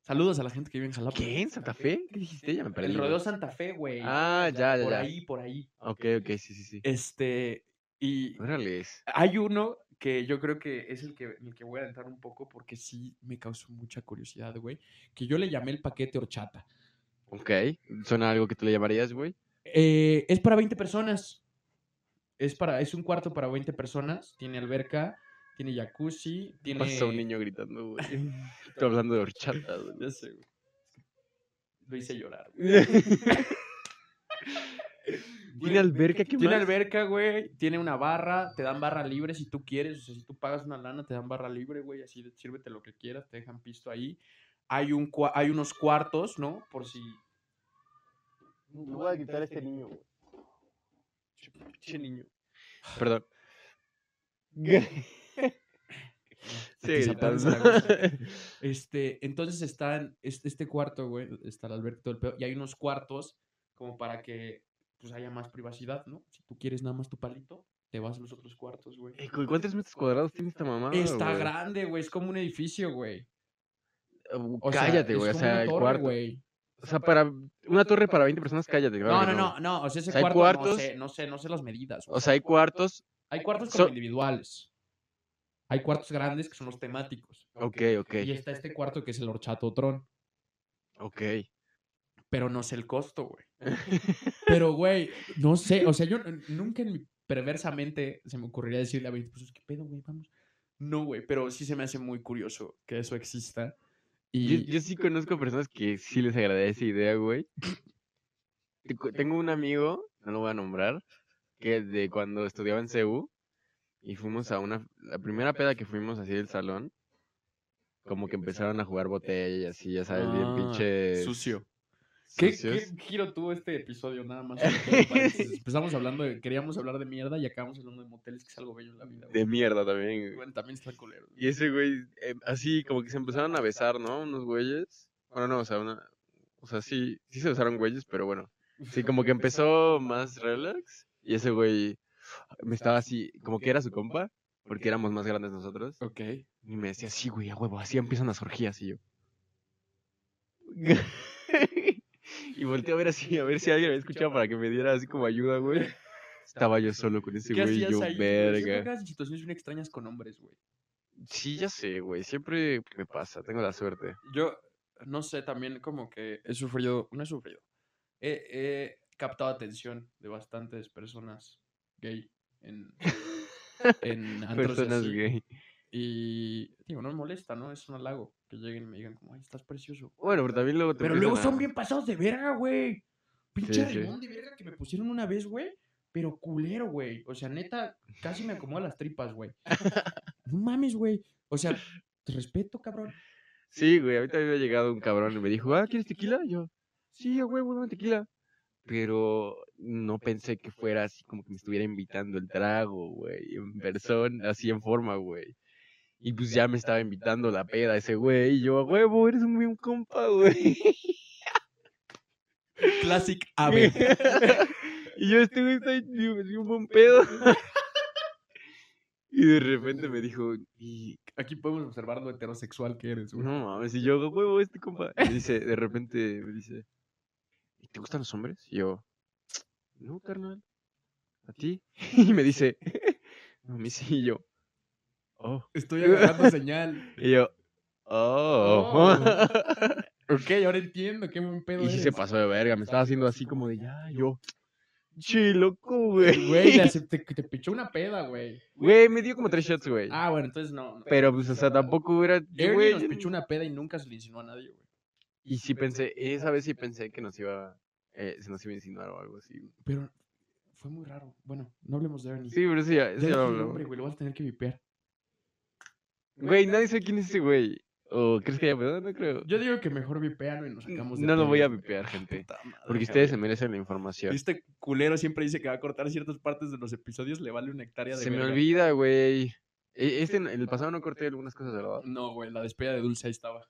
Saludos a la gente que vive en Jalapa. ¿Qué? ¿En Santa Fe? ¿Qué dijiste? Ya me perdí. El Rodeo güey. Santa Fe, güey. Ah, ya, ya, Por ya. ahí, por ahí. Ok, ok, sí, sí, sí. Este, y Órale. es- hay uno que yo creo que es el que, en el que voy a adentrar un poco porque sí me causó mucha curiosidad, güey. Que yo le llamé el paquete horchata. Ok. ¿Suena algo que tú le llamarías, güey? Eh, es para 20 personas. Es, para, es un cuarto para 20 personas. Tiene alberca, tiene jacuzzi, tiene... Pasa un niño gritando, [LAUGHS] güey. Estoy hablando de horchata, güey. Ya sé, güey. Lo hice [LAUGHS] llorar. güey. Tiene alberca, ¿qué Tiene más? alberca, güey. Tiene una barra. Te dan barra libre si tú quieres. O sea, si tú pagas una lana, te dan barra libre, güey. Así de, sírvete lo que quieras. Te dejan pisto ahí. Hay, un, cua- hay unos cuartos, ¿no? Por si. Le voy a gritar a este niño, güey. Che, niño. Perdón. Sí, Aquí se aprende gritando. Zaragoza. [LAUGHS] Este, entonces están. Este, este cuarto, güey. Está el alberca y todo el pedo. Y hay unos cuartos como para que pues haya más privacidad, ¿no? Si tú quieres nada más tu palito, te vas a los otros cuartos, güey. Eh, güey, ¿Cuántos metros cuadrados tiene esta mamá? Está grande, güey. Es como un edificio, güey. O sea, Uh, cállate, es güey. O como una sea, el torre, cuarto. güey. O sea, para una torre para 20 personas, cállate. No, claro que no, no, no. O sea, ese O sea, hay cuarto no cuartos- sé, no sé, no sé las medidas. güey. O sea, hay cuartos. hay cuartos como son- individuales. Hay cuartos grandes que son los temáticos. Ok, ok, Y está este cuarto que es el horchatotron. ok. Pero no sé el costo, [LAUGHS] güey. Pero, güey, no sé. O sea, yo n- nunca en mi perversa mente se me ocurriría decirle a 20 pesos, ¿qué pedo, güey? Vamos. No, güey, pero sí se me hace muy curioso que eso exista. Yo, Y yo sí conozco personas que sí les agradece esa idea, güey. Te cu- Tengo un amigo, no lo voy a nombrar, que de cuando estudiaba en CEU y fuimos a una, la primera peda que fuimos así del salón, como que empezaron a jugar botella y así, ya sabes, bien Ah, pinche sucio. ¿Qué, qué sucios. giro tuvo este episodio nada [LAUGHS] más? sobre todo, paréntesis? Empezamos hablando de, queríamos hablar de mierda y acabamos hablando de moteles, que es algo bello en la vida. güey. de mierda también. güey. Bueno, también está culero. güey. Y ese güey, eh, así como que se empezaron a besar, ¿no? Unos güeyes. Bueno, no, o sea, una, o sea, sí, sí se besaron güeyes, pero bueno. [LAUGHS] Sí, [LAUGHS] como que empezó más relax y ese güey me estaba así, como que era su compa, porque éramos más grandes nosotros, Ok. y me decía, sí, güey, a huevo, así empiezan las orgías y yo. [LAUGHS] Y volteé a ver así, a ver si alguien me escuchaba para que me diera así como ayuda, güey. Estaba yo solo con ese ¿Qué güey, hacías yo, ahí? güey? Siempre verga. quedas en situaciones bien extrañas con hombres, güey. Sí, ya sé, güey, siempre me pasa, tengo la suerte. [LAUGHS] Yo, no sé, también como que he sufrido, no he sufrido, he, he captado atención de bastantes personas gay [LAUGHS] en, en antros y Personas así. gay. Y digo, no me molesta, ¿no? Es un halago que lleguen y me digan como, ay, estás precioso. Bueno, pero también luego te Pero luego empiezan son a- bien pasados de verga, güey. Pinche Sí, sí. rimón de verga que me pusieron una vez, güey. Pero culero, güey. O sea, neta, casi me acomoda las tripas, [LAUGHS] güey. No mames, güey. O sea, te respeto, cabrón. Sí, güey, a mí también me ha llegado un cabrón y me dijo, ah, ¿quieres tequila? Y yo, sí, a huevo, dame tequila. Pero no pensé que fuera así como que me estuviera invitando el trago, güey, en persona, así en forma, güey. Y pues ya me estaba invitando la peda ese güey, y yo, a huevo, eres un buen compa, güey. [LAUGHS] [LAUGHS] Classic AB. [LAUGHS] y yo, este güey está bien chido, me dio un buen pedo. [LAUGHS] y de repente me dijo, y Aquí podemos observar lo heterosexual que eres, güey. No mames, y yo, huevo, este compa. Me dice, de repente me dice, "¿Y ¿te gustan los hombres? Y yo, no, carnal, ¿a ti? [LAUGHS] Y me dice, no, a mí sí, y yo, oh. [LAUGHS] Estoy agarrando señal. Y yo, oh. [LAUGHS] Ok, ahora entiendo qué buen pedo y sí se eres. pasó de verga, me estaba haciendo así como de, ya, yo, che, loco, güey. Güey, [LAUGHS] le acepté que te pichó una peda, güey. Güey, me dio como tres shots, güey. Ah, bueno, entonces no. no. Pero, pues, o sea, tampoco era, Ernie güey, nos yo- pichó una peda y nunca se le insinuó a nadie, güey. Y sí pensé, esa vez sí pensé que nos iba, eh, se nos iba a insinuar o algo así. Pero fue muy raro. Bueno, no hablemos de Ernie. Sí, pero sí, ya, eso Ya dije ya lo el hablamos. nombre, güey, lo vas a tener que vipear. Güey, nadie sabe quién es ese güey. ¿O crees que haya pedido? No creo. Yo digo que mejor vipealo y nos sacamos de No lo voy a pedos, vipear, güey. [LAUGHS] gente. Puta madre, Porque ustedes se Javier. merecen la información. Este culero siempre dice que va a cortar ciertas partes de los episodios, le vale una hectárea de Se me verga. olvida, güey. E- Este, en el pasado no corté algunas cosas, ¿verdad? No, güey, la despedida de Dulce ahí estaba.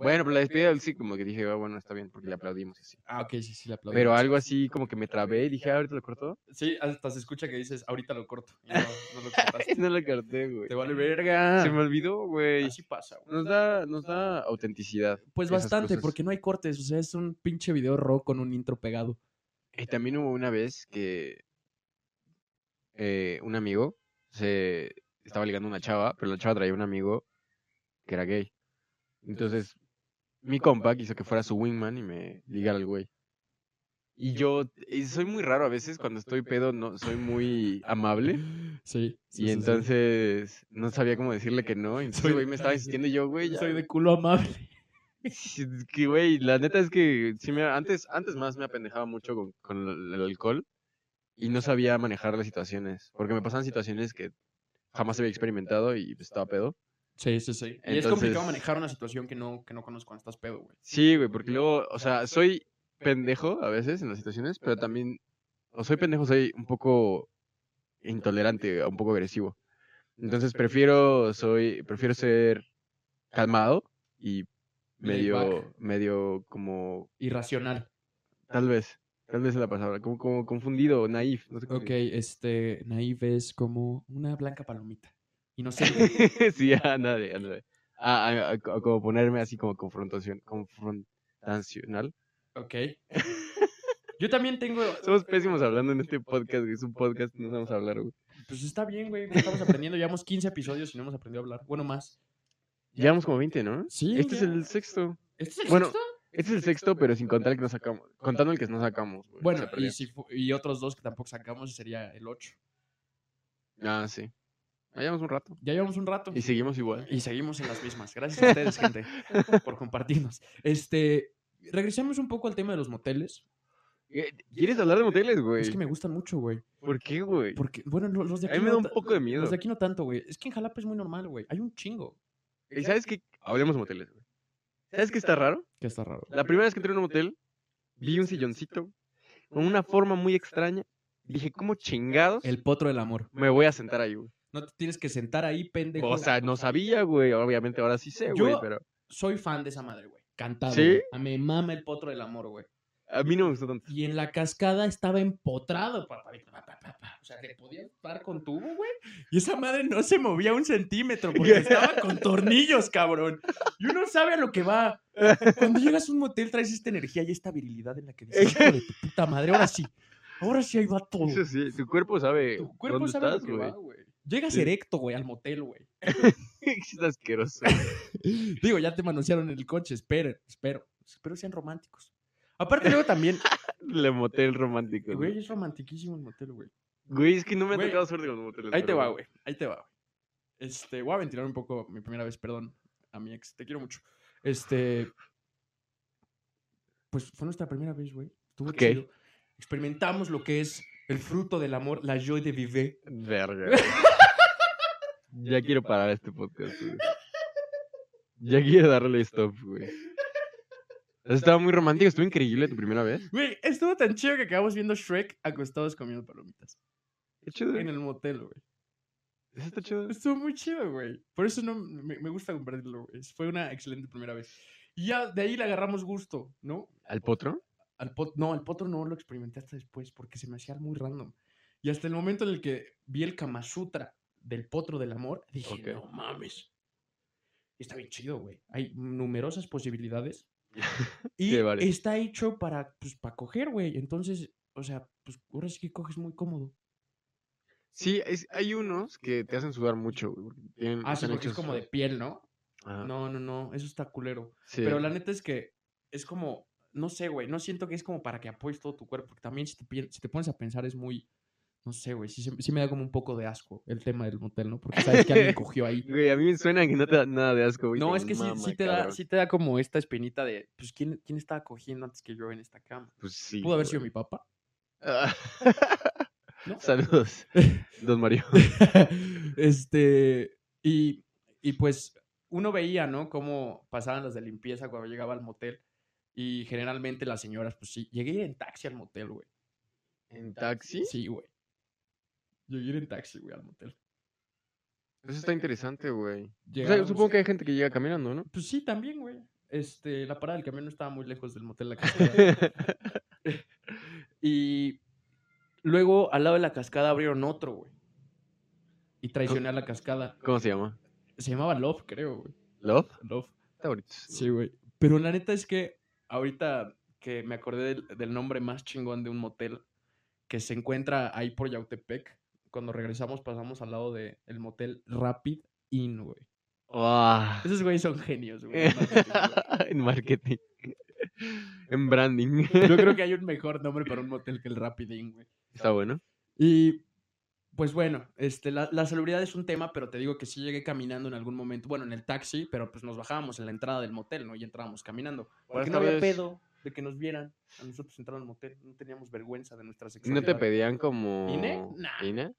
Bueno, pero la despedida del sí, como que dije, ah, bueno, está bien, porque le aplaudimos y así. Ah, ok, sí, sí, la aplaudí. Pero algo así como que me trabé y dije, ah, ahorita lo cortó. Sí, hasta se escucha que dices, ahorita lo corto. Y no, no lo cortaste. [LAUGHS] No lo corté, güey. Te vale verga. Se me olvidó, güey. Así pasa, güey. Nos da, nos da autenticidad. Pues esas bastante, cosas. porque no hay cortes. O sea, es un pinche video rock con un intro pegado. Y también hubo una vez que eh, un amigo se estaba ligando a una chava, pero la chava traía un amigo que era gay. Entonces, mi compa quiso que fuera su wingman y me ligara al güey. Y yo y soy muy raro a veces cuando estoy pedo, no soy muy amable. Sí. sí, sí, Y sí. entonces no sabía cómo decirle que no. y Entonces Soy- el güey me estaba insistiendo y yo, güey, ya, Soy de culo amable. Sí, es Que, güey, la neta es que sí me, antes, antes más me apendejaba mucho con, con el el alcohol y no sabía manejar las situaciones, porque me pasaban situaciones que jamás había experimentado y pues, estaba pedo. Sí, sí, sí. Y es Entonces- complicado manejar una situación que no, que no conozco cuando estás pedo, güey. Sí, güey, porque luego, o sea, soy pendejo a veces en las situaciones, pero también, o soy pendejo, soy un poco intolerante, un poco agresivo. Entonces prefiero, soy, prefiero ser calmado y Laid medio, back. medio como Irracional. Tal vez. Tal vez es la palabra. Como, como confundido, naif. No sé cómo Ok, este, Naive es como una blanca palomita. [LAUGHS] Inocente. se- [LAUGHS] sí, ándale, ándale. Ah, ah, ah, co- como ponerme así como confrontación. Confrontacional. ok. Yo también tengo... Somos pésimos hablando en este podcast, güey. Es un podcast, no vamos a hablar, güey. Pues está bien, güey. Estamos aprendiendo. Llevamos 15 episodios y no hemos aprendido a hablar. Bueno, más. Llevamos como 20, ¿no? Sí, Este es ya. el sexto. ¿Este es el Bueno, sexto? Este es el sexto, pero sin contar el que no sacamos. Contando el que no sacamos, güey. Bueno, Se perdió. y, si fu- y otros dos que tampoco sacamos sería el 8. Ah, sí. Ah, llevamos un rato. Ya llevamos un rato. Y seguimos igual. Y seguimos en las mismas. Gracias a ustedes, gente, por compartirnos. Este, regresemos un poco al tema de los moteles. Eh, ¿Quieres hablar de moteles, güey? Es que me gustan mucho, güey. ¿Por qué, güey? Porque, bueno, lo- los de A aquí. mí me no da un ta- poco de miedo. Los de aquí no tanto, güey. Es que en Jalapa es muy normal, güey. Hay un chingo. ¿Y sabes qué? Hablemos de moteles, güey. ¿Sabes qué está raro? Que está raro. La primera vez que entré en un motel, vi un silloncito con una forma muy extraña. Dije, ¿cómo chingados El potro del amor. me voy a sentar ahí, güey? No te tienes que sentar ahí, pendejo. O sea, no sabía, güey. Obviamente ahora sí sé, güey, Yo- pero soy fan de esa madre, güey. Cantado. ¿Sí? güey. A- Me mama el potro del amor, güey. a mí no me gustó tanto. Y en la cascada estaba empotrado, papadito. pa, pa, pa, pa. O sea, te podías dar con tubo, güey. Y esa madre no se movía un centímetro [LAUGHS] porque estaba con tornillos, cabrón. Y uno sabe a lo que va. Cuando llegas a un motel traes esta energía y esta virilidad en la que dices, "Hijo de tu puta madre, ahora sí. Ahora sí ahí va todo. Eso sí, tu cuerpo sabe Tu cuerpo dónde sabe a lo estás, que va, güey. güey. Llegas Sí. erecto, güey, al motel, güey. [LAUGHS] es asqueroso. Digo, ya te manosearon en el coche, esperen, espero. Espero sean románticos. Aparte luego [LAUGHS] también, El motel romántico. güey, Güey, es romantiquísimo el motel, güey. Güey, es que no me ha Güey, tocado suerte con los moteles. Ahí te pero va, güey. Ahí te va, güey. Este, voy a ventilar un poco mi primera vez, perdón, a mi ex. Te quiero mucho. Este. Pues fue nuestra primera vez, güey. Estuvo Ok. chido. Experimentamos lo que es el fruto del amor, la joie de vivir. [LAUGHS] Verga. güey. ya quiero parar este podcast, güey. Ya quiero darle stop, [LAUGHS] güey. Estaba muy romántico, estuvo increíble tu primera vez. Güey, estuvo tan chido que acabamos viendo Shrek acostados comiendo palomitas. Qué chido. En el motel, güey. Eso está chido. Estuvo muy chido, güey. Por eso no me, me gusta compartirlo, güey. Fue una excelente primera vez. Y ya de ahí le agarramos gusto, ¿no? ¿Al potro? Al pot- no, al potro no lo experimenté hasta después porque se me hacía muy random. Y hasta el momento en el que vi el Kama Sutra del potro del amor, dije, Ok. no mames. Está bien chido, güey. Hay numerosas posibilidades. [LAUGHS] y Sí, varias. está hecho para, pues, para coger, güey. Entonces, o sea, pues ahora sí que coges muy cómodo. Sí, es- hay unos que te hacen sudar mucho, güey. porque tienen- Ah, sí, Mm, están porque es hechos- Ah. como de piel, ¿no? Ajá, No, no, no. Eso está culero. sí. Pero la neta es que es como, no sé, güey, no siento que es como para que apoyes todo tu cuerpo, porque también si te, pien- si te pones a pensar es muy, no sé, güey, sí, se- sí me da como un poco de asco el tema del motel, ¿no? Porque sabes que alguien cogió ahí. [LAUGHS] Güey, a mí me suena que no te da nada de asco, güey. No, te es que sí, sí mama, te da, cabrón. sí te da como esta espinita de, pues, ¿quién, ¿quién estaba cogiendo antes que yo en esta cama? Pues sí. Pudo haber güey. sido mi papá, [LAUGHS] Ah, ¿no? [LAUGHS] Saludos, don Mario. este, y, y pues uno veía, ¿no? Cómo pasaban las de limpieza cuando llegaba al motel. Y generalmente las señoras, pues sí, llegué a ir en taxi al motel, güey. ¿En taxi? Sí, güey. Yo iba en taxi, güey, al motel. Eso está interesante, güey. O sea, Llegamos- supongo que hay gente que llega caminando, [LAUGHS] ¿no? Pues sí, también, güey. Este, la parada del camión no estaba muy lejos del [LAUGHS] motel La Cascada. y luego, al lado de la cascada, abrieron otro, güey. Y traicioné a la cascada. ¿Cómo se llama? Se llamaba Love, creo, güey. ¿Love? Love. Está bonito. Sí, güey. Pero la neta es que ahorita que me acordé del, del nombre más chingón de un motel que se encuentra ahí por Yautepec, cuando regresamos pasamos al lado del motel Rapid Inn, güey. Ah, Esos güeyes son genios, güey. [LAUGHS] en marketing, güey. en marketing. en [LAUGHS] branding. Yo creo que hay un mejor nombre para un motel que el Rapid Inn, güey. Está bueno. Y pues bueno, este, la, la salubridad es un tema, pero te digo que sí llegué caminando en algún momento, bueno, en el taxi, pero pues nos bajábamos en la entrada del motel, ¿no? Y entrábamos caminando. Porque no esta había vez- pedo de que nos vieran a nosotros entrar al motel. No teníamos vergüenza de nuestra ¿Y ¿No sexualidad. te pedían como ¿INE? Nah. INE?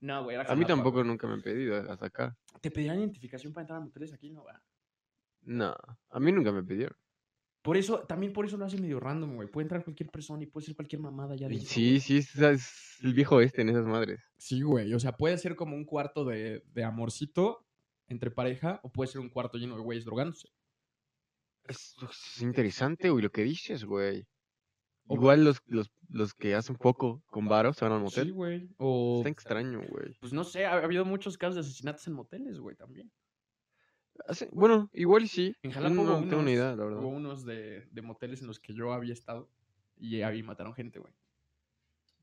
No, güey, era A mí jalapa, tampoco nunca me han pedido eh, hasta acá. güey. ¿Te pedían identificación para entrar a moteles aquí? No, va. No, a mí nunca me pidieron. Por eso, también por eso lo hace medio random, güey. Puede entrar cualquier persona y puede ser cualquier mamada ya. Y dentro, Sí, sí, es es el viejo este en esas madres. Sí, güey. O sea, puede ser como un cuarto de, de amorcito entre pareja o puede ser un cuarto lleno de güeyes drogándose. Es, es interesante, güey, lo que dices, güey. O- Igual los, los, los que hacen poco con varos se van al motel. Sí, güey. O, Está extraño, güey. pues no sé, ha, ha habido muchos casos de asesinatos en moteles, güey, también. Hace- Bueno, igual y sí. En Jalapa no hubo tengo unos, ni idea, la verdad. hubo unos de, de moteles en los que yo había estado y ahí mataron gente, güey.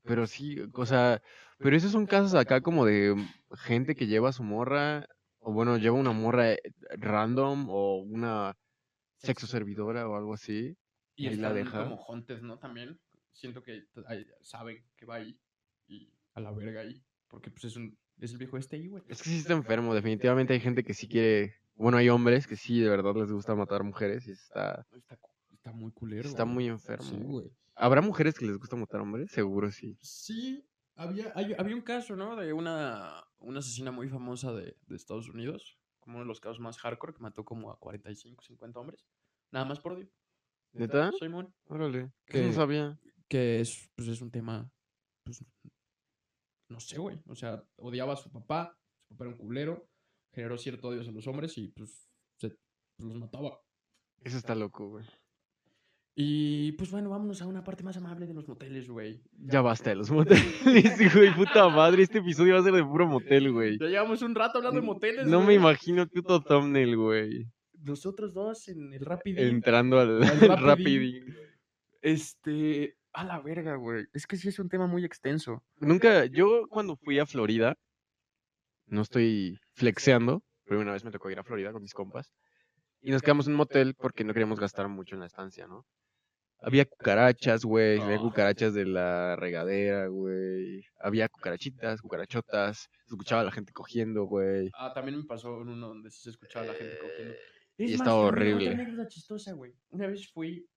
Pero sí, o sea, pero esos son casos acá como de gente que lleva a su morra, o bueno, lleva una morra eh, random o una sexo servidora o algo así. Y Ahí la están deja. como jontes, ¿no? También siento que t- ahí saben que va ahí y a la verga ahí. Porque pues es, un, es el viejo este ahí, güey. Es que sí está enfermo, definitivamente hay gente que sí quiere, bueno, hay hombres que sí, de verdad les gusta matar mujeres y está, Está, cu- está muy culero. está güey. muy Sí, enfermo. güey. ¿Habrá mujeres que les gusta matar hombres? Seguro sí. Sí, había, hay- había un caso, ¿no? De una, una asesina muy famosa de, de Estados Unidos, como uno de los casos más hardcore, que mató como a 45, 50 hombres. Nada más por Dios. ¿Neta? Simón. Órale. Que- Eso no sabía. Que es, pues es un tema, pues, no sé, güey. O sea, odiaba a su papá, su papá era un culero, generó cierto odio a los hombres y pues, se, pues los mataba. Eso está loco, güey. Y pues bueno, vámonos a una parte más amable de los moteles, güey. Ya basta de los moteles, [LAUGHS] güey, puta madre, este episodio va a ser de puro motel, güey. Ya llevamos un rato hablando de N- moteles. No me güey. imagino qué puto thumbnail, güey. Nosotros dos en el rápido. Entrando [LAUGHS] [LAUGHS] al, Al al Rapidín. Rapidín. Este, a la verga, güey. Es que sí es un tema muy extenso. Nunca, yo cuando fui a Florida, no estoy flexeando, pero una vez me tocó ir a Florida con mis compas. Y nos quedamos en un motel porque no queríamos gastar mucho en la estancia, ¿no? Había cucarachas, güey. Había Ah. cucarachas de la regadera, güey. Había cucarachitas, cucarachotas. Se escuchaba a la gente cogiendo, güey. Ah, también me pasó en uno donde sí se escuchaba a la gente cogiendo. Eh, Es y más, estaba también horrible. Otra anécdota chistosa, güey. Una vez fui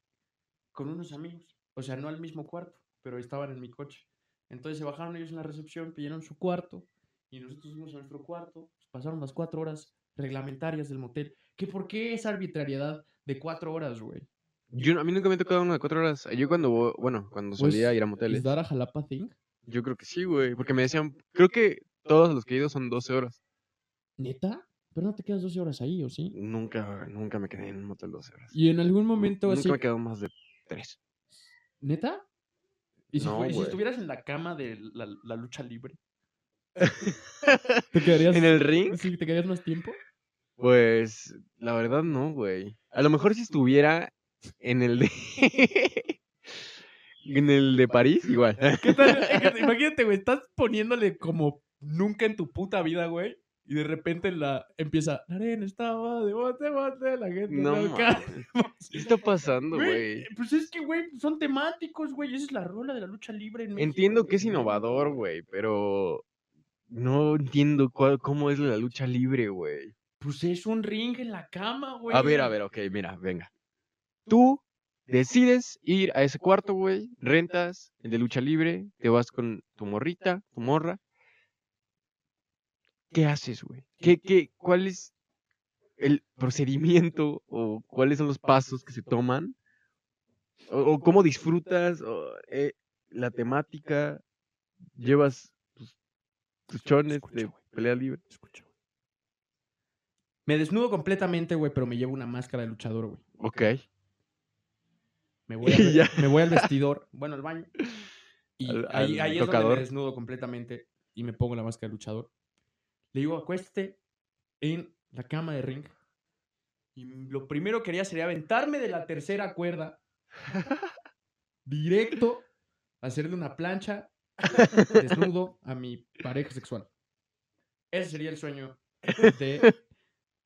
con unos amigos, o sea, no al mismo cuarto, pero estaban en mi coche. Entonces se bajaron ellos en la recepción, pidieron su cuarto y nosotros fuimos a nuestro cuarto. Pues, Pasaron las cuatro horas reglamentarias del motel. ¿Que ¿Por qué esa arbitrariedad de cuatro horas, güey? Yo, no- a mí nunca me ha tocado uno de cuatro horas. Yo cuando, vo- bueno, cuando Pues, solía ir a moteles. ¿Es dar a Jalapa Thing? Yo creo que sí, güey. Porque me decían, creo que todos los que he ido son 12 horas. ¿Neta? Pero no te quedas 12 horas ahí, ¿o sí? Nunca, nunca me quedé en un motel 12 horas. Y en algún Nu- momento nunca así. me quedo más de 3. ¿Neta? ¿Y si, No, fue- y si güey. estuvieras en la cama de la, la lucha [LAUGHS] libre? ¿Te quedarías, ¿En el ring? sí, ¿Te quedarías más tiempo? Pues, la verdad no, güey. A lo mejor si estuviera en el de... [LAUGHS] en el de París, [LAUGHS] igual. [LAUGHS] ¿Qué tal? Eh, que te- Imagínate, güey, estás poniéndole como nunca en tu puta vida, güey. Y de repente la empieza, la arena estaba de bote, bote, la gente No, no [LAUGHS] mames. ¿Qué está pasando, Güey, güey? eh, Pues es que, güey, son temáticos, güey. Esa es la rola de la lucha libre en México. Entiendo que es innovador, güey, pero... No entiendo cuál- cómo es la lucha libre, güey. Pues es un ring en la cama, güey. A ver, a ver, ok, mira, venga. Pues Tú decides ir a ese cuarto, güey, rentas el de lucha libre, te vas con tu morrita, tu morra. ¿Qué haces, güey? ¿Qué, qué, ¿Cuál es el procedimiento o cuáles son los pasos que se toman? ¿O, o cómo disfrutas o, eh, la temática? ¿Llevas tus, tus chones Escucha, de güey. pelea libre? Escucha, güey. Me desnudo completamente, güey, pero me llevo una máscara de luchador, güey. Ok. Me voy, a- [LAUGHS] Y ya. me voy al vestidor, bueno, al baño. Y Al- ahí, al ahí es donde me tocador. desnudo completamente y me pongo la máscara de luchador. Le digo, acuéstate en la cama de ring. Y lo primero que haría sería aventarme de la tercera [LAUGHS] cuerda directo, hacerle una [LAUGHS] plancha desnudo a mi pareja sexual. Ese sería el [LAUGHS] sueño de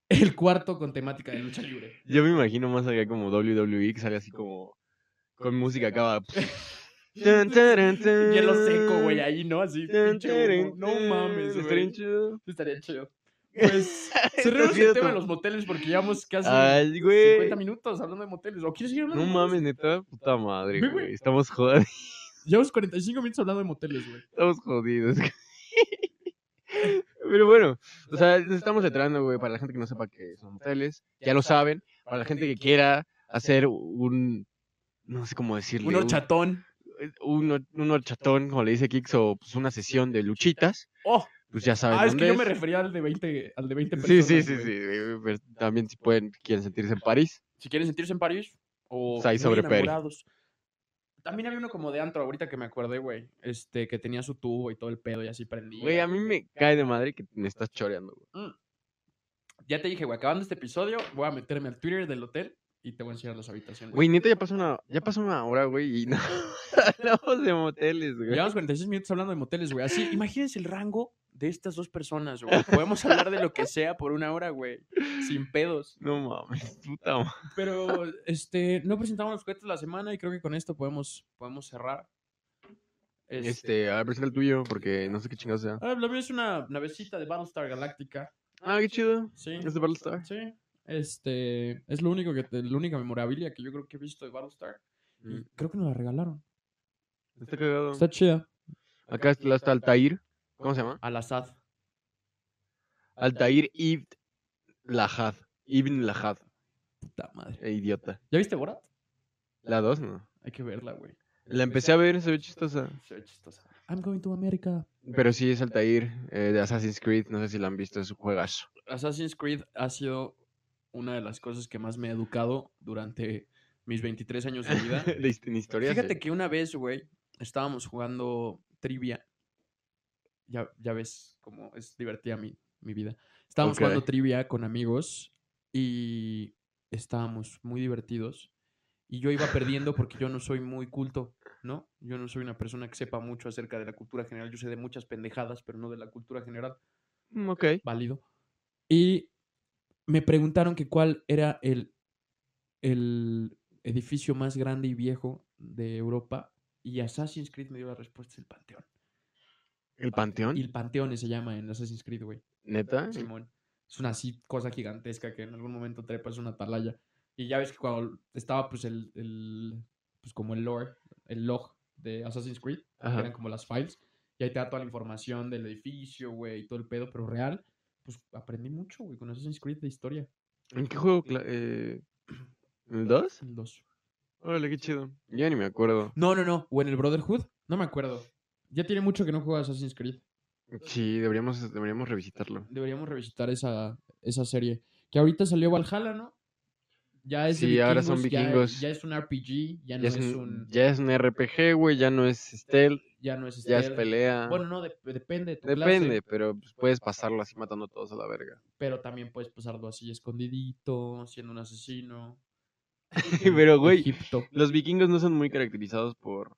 el cuarto con temática de lucha libre. Yo me imagino más allá como WWE que sale así como con música acaba. Hielo Hielo seco, güey, ahí, ¿no? Así, pinche humo. No eh, mames, güey. Estaría chido. [LAUGHS] Pues cerremos el chido tema tu- de los moteles porque llevamos casi Ay, 50 güey. minutos hablando de moteles. ¿O quieres seguir hablando? No de mames, moteles? neta, puta madre, Ve, güey. güey. Estamos jodidos, Llevamos 45 minutos hablando de moteles, güey. [LAUGHS] estamos jodidos. güey. Pero bueno, o sea, nos estamos entrando, güey, para la gente que no sepa qué son moteles, ya lo saben, para la gente que quiera hacer un no sé cómo decirlo. Un horchatón. un, hor- un horchatón, como le dice Kix, o pues, una sesión de luchitas, ¡Oh! pues ya saben Ah, es dónde que yo me refería al de 20, al de 20 Sí, personas. sí, sí, güey. sí, güey, pero también si pueden, quieren sentirse en París. Si quieren sentirse en París o Pues ahí muy sobre Peri. enamorados. También había uno como de antro ahorita que me acordé, güey. Este, que tenía su tubo y todo el pedo y así prendía. Güey, a mí me cae de madre que me estás choreando, güey. Ya te dije, güey, acabando este episodio, voy a meterme al Twitter del hotel y te voy a enseñar las habitaciones. Güey, neta, ya pasó una, ya pasó una hora, güey, y [LAUGHS] no hablamos de moteles, güey. Llevamos 46 minutos hablando de moteles, güey. Así, imagínense el rango de estas dos personas, güey. Podemos hablar de lo que sea por una hora, güey. Sin pedos. No mames, puta madre. Pero, este, no presentamos los cohetes de la semana y creo que con esto podemos, podemos cerrar. Este, a ver, presenta el tuyo, porque no sé qué chingados sea. Ah, lo mío es una navecita de Battlestar Galáctica. Ah, qué chido. Sí. ¿Es de Battlestar? Sí. Este, es lo único que, te- la única memorabilia que yo creo que he visto de Battlestar. Y Mm, creo que nos la regalaron. Está cagado. Está chida. Acá está, está Altair. ¿Cómo se llama? Al azar. Altair Ibn Lahad. Ibn Lahad. Puta madre. Eh, idiota. ¿Ya viste Borat? La 2, ¿no? Hay que verla, güey. La empecé a ver, se ve chistosa. Se ve chistosa. I'm going to America. Pero sí, es Altair eh, de Assassin's Creed. No sé si la han visto, es un juegazo. Assassin's Creed ha sido una de las cosas que más me ha educado durante mis 23 años de [LAUGHS] vida. [LAUGHS] ¿Leíste en historia? Fíjate que una vez, güey, estábamos jugando trivia. Ya, ya ves cómo es divertida mi, mi vida. Estábamos Ok. jugando trivia con amigos y estábamos muy divertidos. Y yo iba perdiendo porque yo no soy muy culto, ¿no? Yo no soy una persona que sepa mucho acerca de la cultura general. Yo sé de muchas pendejadas, pero no de la cultura general Mm, ok. válido. Y me preguntaron que cuál era el, el edificio más grande y viejo de Europa. Y Assassin's Creed me dio la respuesta, es el Panteón. ¿El Panteón? Ah, Y el Panteón se llama en Assassin's Creed, güey. ¿Neta? Simón. Es una así cosa gigantesca que en algún momento trepas una atalaya. Y ya ves que cuando estaba pues el, el pues como el lore, el log de Assassin's Creed, que eran Ajá. como las files. Y ahí te da toda la información del edificio, güey, y todo el pedo, pero real. Pues aprendí mucho, güey, con Assassin's Creed de historia. ¿En qué juego? cla- eh, [CLEARS THROAT] ¿En el 2? El 2. Órale, qué chido. Ya ni me acuerdo. No, no, no. O en el Brotherhood. No me acuerdo. Ya tiene mucho que no juego a Assassin's Creed. Sí, deberíamos, deberíamos revisitarlo. Deberíamos revisitar esa, esa serie. Que ahorita salió Valhalla, ¿no? Ya es de Sí, ahora son ya- vikingos. Ya, es un RPG, ya no Ya es, es, un, un. ya es un RPG, güey. Ya no es stealth, Ya no es ya es stealth. pelea. Bueno, no, dep- depende de tu clase, Depende, pero pues, puedes pasarlo así matando a todos a la verga. pero también puedes pasarlo así escondidito, siendo un asesino. [LAUGHS] pero, güey, Egipto. Los vikingos no son muy caracterizados por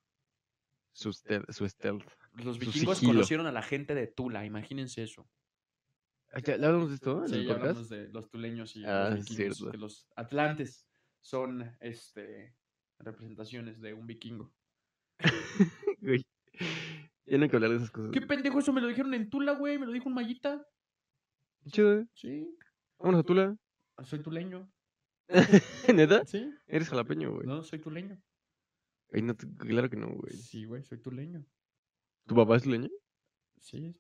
su, stel- su stealth. Los Su vikingos sigilo. conocieron a la gente de Tula, imagínense eso. Ah, ¿Ya, ya hablamos de esto en Sí, el ya podcast? hablamos de los tuleños y Ah, los es vikingos, cierto. que los atlantes son este representaciones de un vikingo. [LAUGHS] Güey, Ya no hay que hablar de esas cosas. ¿Qué pendejo eso me lo dijeron en Tula, güey? ¿Me lo dijo un mallita? chido, ¿eh? Sí, Vámonos [LAUGHS] a Tula. [LAUGHS] Ah, soy tuleño. ¿Neta? ¿Sí? Eres jalapeño, güey. No, soy tuleño. Güey, no te- claro que no, güey. Sí, güey, soy tuleño. ¿Tu papá es leño? Sí.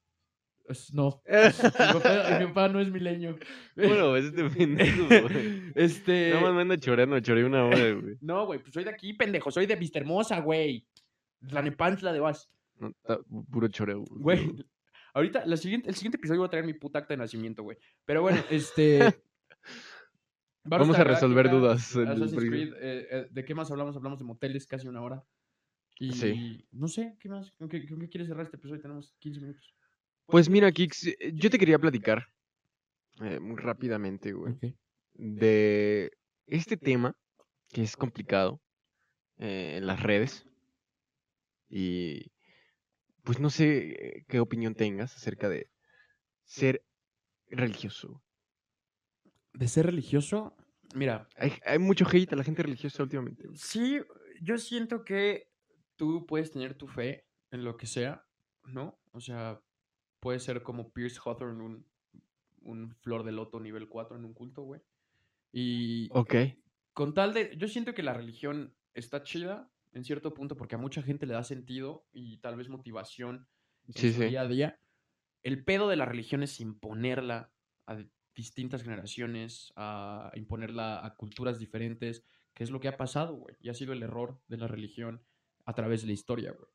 Es- No, mi papá, mi papá no es [LAUGHS] mileño. [LAUGHS] bueno, es este pendejo, güey. Este... Nada más me anda choreando, choreé una hora, güey. No, güey, pues soy de aquí, pendejo. Soy de Vista Hermosa, güey. La Nepantla de Vaz. No, está pu- puro [LAUGHS] choreo. [LAUGHS] Güey, ahorita, la siguiente, el siguiente episodio voy a traer mi puta acta de nacimiento, güey. Pero bueno, este. Vamos a esta resolver gráfica, dudas en el Assassin's pri- Creed, eh, eh, ¿de qué más hablamos? Hablamos de moteles casi una hora. Y Sí. no sé, ¿qué más? ¿Con qué, con qué quieres cerrar este episodio? Tenemos 15 minutos. Pues mira, Kix, eh, yo te quería platicar eh, muy rápidamente, güey, de este tema que es complicado eh, en las redes. Y pues no sé eh, qué opinión tengas acerca de ser religioso. De ser religioso, mira, Hay, hay mucho hate a la gente religiosa últimamente. güey. Sí, yo siento que tú puedes tener tu fe en lo que sea, ¿no? O sea, puede ser como Pierce Hawthorne, un, un flor de loto nivel 4 en un culto, güey. Y Ok. con tal de. Yo siento que la religión está chida en cierto punto porque a mucha gente le da sentido y tal vez motivación en Sí, su sí. día a día. El pedo de la religión es imponerla a di- distintas generaciones, a imponerla a culturas diferentes, que es lo que ha pasado, güey. Y ha sido el error de la religión a través de la historia, güey.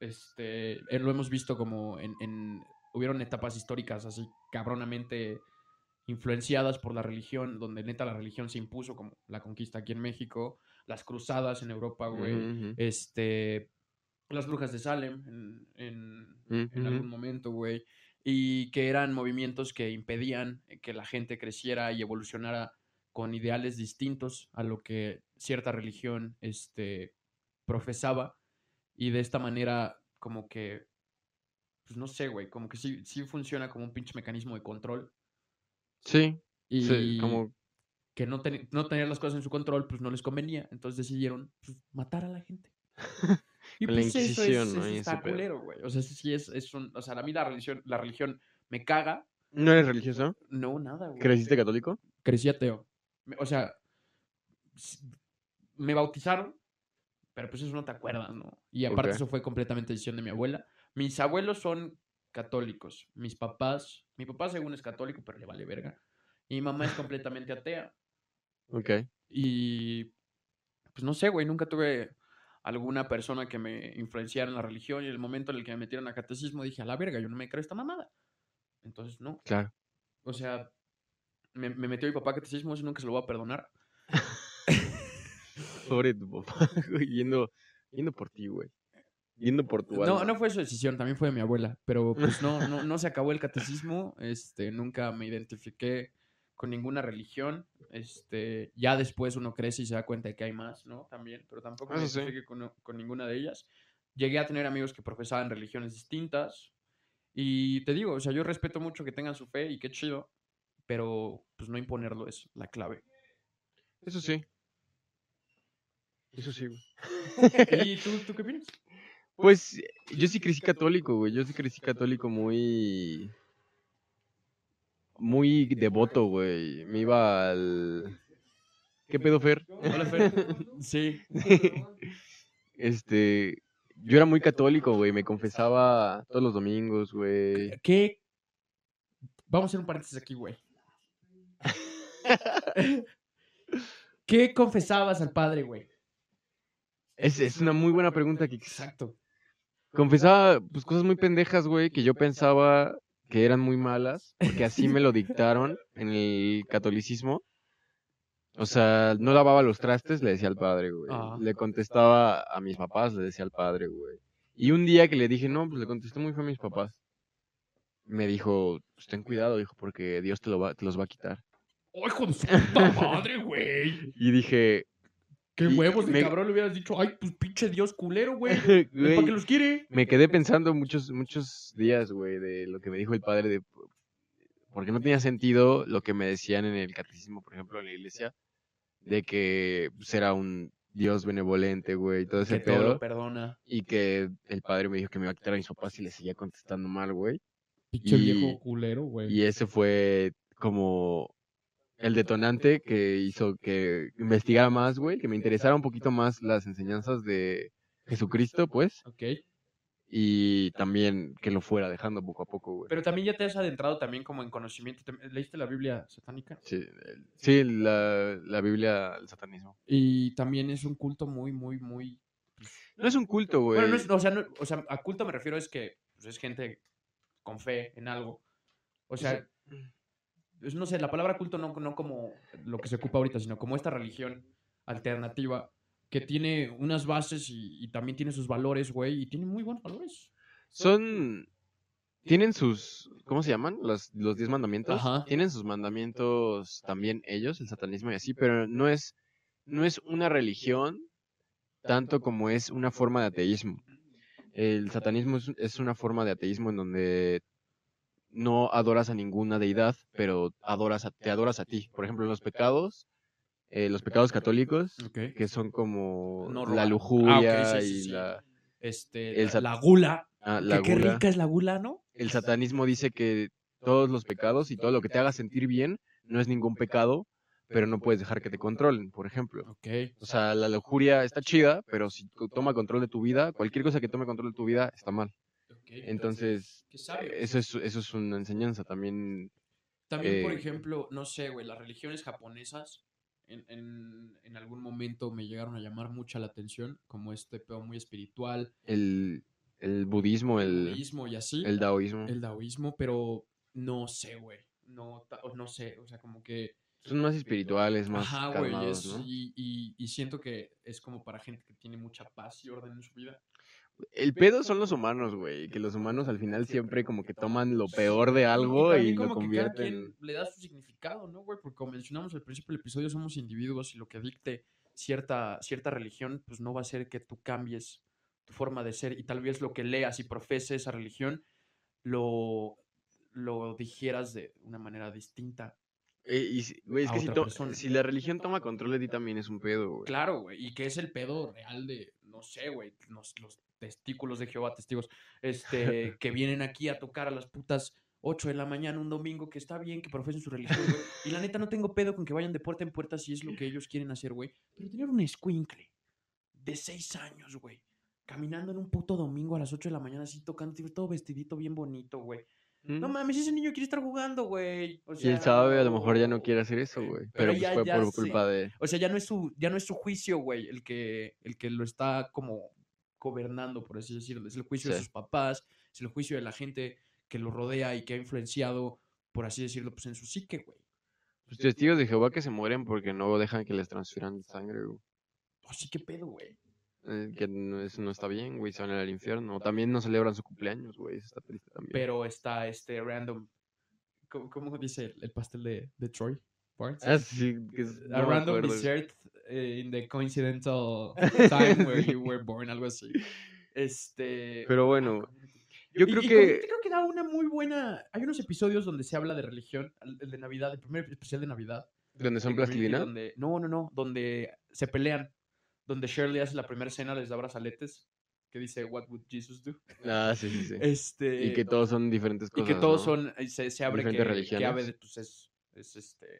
Este, eh, lo hemos visto como en, en- Hubieron etapas históricas así cabronamente influenciadas por la religión, donde neta la religión se impuso, como la conquista aquí en México, las cruzadas en Europa, güey. Ujú, ujú. Este. Las brujas de Salem en, en- en Ujú. algún momento, güey. Y que eran movimientos que impedían que la gente creciera y evolucionara con ideales distintos a lo que cierta religión este, profesaba. Y de esta manera, como que. Pues no sé, güey. Como que sí, sí funciona como un pinche mecanismo de control. Sí, Y sí, como que no, ten- no tener las cosas en su control, pues no les convenía. Entonces decidieron pues, matar a la [LAUGHS] gente. y pues, Con la eso es- Inquisición, eso ¿no? Y ese está pedo. culero, güey. O sea, eso sí es, es un... O sea, a mí la religión, la religión me caga. ¿No eres religioso? No, nada, güey. ¿Creciste católico? Crecí ateo. Me- O sea, s- me bautizaron, pero pues eso no te acuerdas, ¿no? Y aparte Ok. eso fue completamente decisión de mi abuela. Mis abuelos son católicos. Mis papás... Mi papá según es católico, pero le vale verga. Y mi mamá es completamente atea. Ok. Y pues no sé, güey, nunca tuve alguna persona que me influenciara en la religión y en el momento en el que me metieron a catecismo dije, a la verga, yo no me creo esta mamada. Entonces, no. Claro. O sea, me, me metió mi papá a catecismo, eso nunca se lo voy a perdonar. Pobre tu papá, [LAUGHS] güey, yendo, yendo por ti, güey. Yendo por tu alma. No, no fue su decisión, también fue de mi abuela, pero pues no, no, no se acabó el catecismo, este, nunca me identifiqué con ninguna religión, este, ya después uno crece y se da cuenta de que hay más, ¿no? También, pero tampoco me Eso sí. identifiqué con, con ninguna de ellas. Llegué a tener amigos que profesaban religiones distintas y te digo, o sea, yo respeto mucho que tengan su fe y qué chido, pero pues no imponerlo es la clave. Eso sí. Eso sí, güey. ¿Y tú, tú qué opinas? Pues yo sí crecí católico, güey. Yo sí crecí católico muy. Muy devoto, güey. Me iba al. ¿Qué pedo, Fer? Hola, Fer. Sí. [LAUGHS] Este. Yo era muy católico, güey. Me confesaba todos los domingos, güey. ¿Qué? Vamos a hacer un paréntesis aquí, [LAUGHS] güey. ¿Qué confesabas al padre, güey? Es, es una muy buena pregunta, que Exacto. Confesaba pues cosas muy pendejas, güey, que yo pensaba que eran muy malas, porque así me lo dictaron en el catolicismo. O sea, no lavaba los trastes, le decía al padre, güey. Ah. Le contestaba a mis papás, le decía al padre, güey. Y un día que le dije, no, pues le contesté muy feo a mis papás. Me dijo, pues ten cuidado, hijo, porque Dios te, lo va, te los va a quitar. ¡Ay, ¡Oh, hijo de su puta madre, güey! [LAUGHS] Y dije, ¡Qué Y huevos de me- cabrón le hubieras dicho! ¡Ay, pues pinche Dios culero, [LAUGHS] güey! ¿Para qué güey, los quiere? me quedé pensando muchos, muchos días, güey, de lo que me dijo el padre, de p- porque no tenía sentido lo que me decían en el catecismo, por ejemplo, en la iglesia, de que pues, era un Dios benevolente, güey, todo ese Que todo pedo. lo perdona. Y que el padre me dijo que me iba a quitar a mis papás y le seguía contestando mal, güey. Pinche Y- viejo culero, güey. Y ese fue como el detonante que hizo que investigara más, güey, que me interesara un poquito más las enseñanzas de Jesucristo, pues Ok. y también que lo fuera dejando poco a poco, güey. Pero también ya te has adentrado también como en conocimiento. Te- ¿Leíste la Biblia satánica? Sí, el- sí, la, la Biblia, el satanismo. Y también es un culto muy, muy, muy No es un culto, güey. Bueno, no es- o, sea, no- o sea, a culto me refiero es que pues, es gente con fe en algo. O sea, es, no sé, la palabra culto no, no como lo que se ocupa ahorita, sino como esta religión alternativa que tiene unas bases y, y también tiene sus valores, güey, y tiene muy buenos valores. Son. Tienen sus. ¿Cómo se llaman? Los, los diez mandamientos. Ajá. Tienen sus mandamientos también ellos, el satanismo y así, pero no es. No es una religión tanto como es una forma de ateísmo. El satanismo es, es una forma de ateísmo en donde no adoras a ninguna deidad, pero adoras a- te adoras a ti. Por ejemplo, los pecados, eh, los pecados católicos, Ok. que son como Mm. No la robar. Ah, lujuria ok, sí, sí, y sí. la, Este, el la- sat- la gula. ah, la que qué gula. rica es la gula, ¿no? El satanismo dice que todos los pecados y todo lo que te haga sentir bien no es ningún pecado, pero no puedes dejar que te controlen, por ejemplo. Ok. O sea, la lujuria está chida, pero si co- toma control de tu vida, cualquier cosa que tome control de tu vida está mal. Entonces, ¿qué sabio. eso es, eso es una enseñanza también. También, por Eh, ejemplo, no sé, güey, las religiones japonesas en, en, en algún momento me llegaron a llamar mucha la atención, como este pedo muy espiritual, El, el budismo, el el, budismo y así, el daoísmo, el taoísmo, pero no sé, güey, no, ta- o no sé, o sea, como que, son más espirituales, más ajá, güey, calmados, es- ¿no? y, y, y siento que es como para gente que tiene mucha paz y orden en su vida. El pedo son los humanos, güey. Que los humanos al final siempre como que toman lo peor de algo también y lo como que cada quien convierten. le da su significado, ¿no, güey? Porque como mencionamos al principio del episodio, somos individuos y lo que dicte cierta, cierta religión, pues no va a ser que tú cambies tu forma de ser y tal vez lo que leas y profese esa religión lo, lo dijeras de una manera distinta. Eh, y si- güey, es a que si, otra to- persona. si la religión toma control de ti también es un pedo, güey. Claro, güey, y que es el pedo real de, no sé, güey, los, los testículos de Jehová, testigos, este, que vienen aquí a tocar a las putas 8 de la mañana un domingo, que está bien, que profesen su religión, güey. Y la neta no tengo pedo con que vayan de puerta en puerta si es lo que ellos quieren hacer, güey. Pero tener un escuincle de 6 años, güey, caminando en un puto domingo a las 8 de la mañana así tocando, tío, todo vestidito bien bonito, güey. Mm. No mames, ese niño quiere estar jugando, güey. O Quién sea, sabe, a lo mejor ya no no. quiere hacer eso, güey. Pero Pero, pues ya- fue ya por sé. culpa de. O sea, ya no es su, ya no es su juicio, güey, el que, el que lo está como gobernando, por así decirlo. Es el juicio de Sí. sus papás, es el juicio de la gente que lo rodea y que ha influenciado, por así decirlo, pues en su psique, güey. Los pues, testigos de Jehová que se mueren porque no dejan que les transfieran sangre, güey. Así que pedo, güey. Eh, que no, eso no está bien, güey. Se van al infierno. También no celebran su cumpleaños, güey. Eso está triste también. Pero está este random. ¿Cómo, cómo dice el, el pastel de, de Troy? Barnes? Ah, sí, que es- no A me random acuerdo. dessert eh, in the [LAUGHS] coincidental time where you were born, algo así. Este. Pero ah, bueno, ¿cómo era? yo Y- creo y con- que. yo creo que da una muy buena. Hay unos episodios donde se habla de religión, el el de Navidad, el primer especial de Navidad. ¿Dónde son de Community, plastilina? donde- no, no, no, donde se pelean, donde Shirley hace la primera cena, les da brazaletes, que dice What would Jesus do? Ah, sí, sí, sí. Este, Y que todos son diferentes y cosas. que todos ¿no? son, eh, se, se abre que, Diferentes que religiones. Abed pues, es, es, este,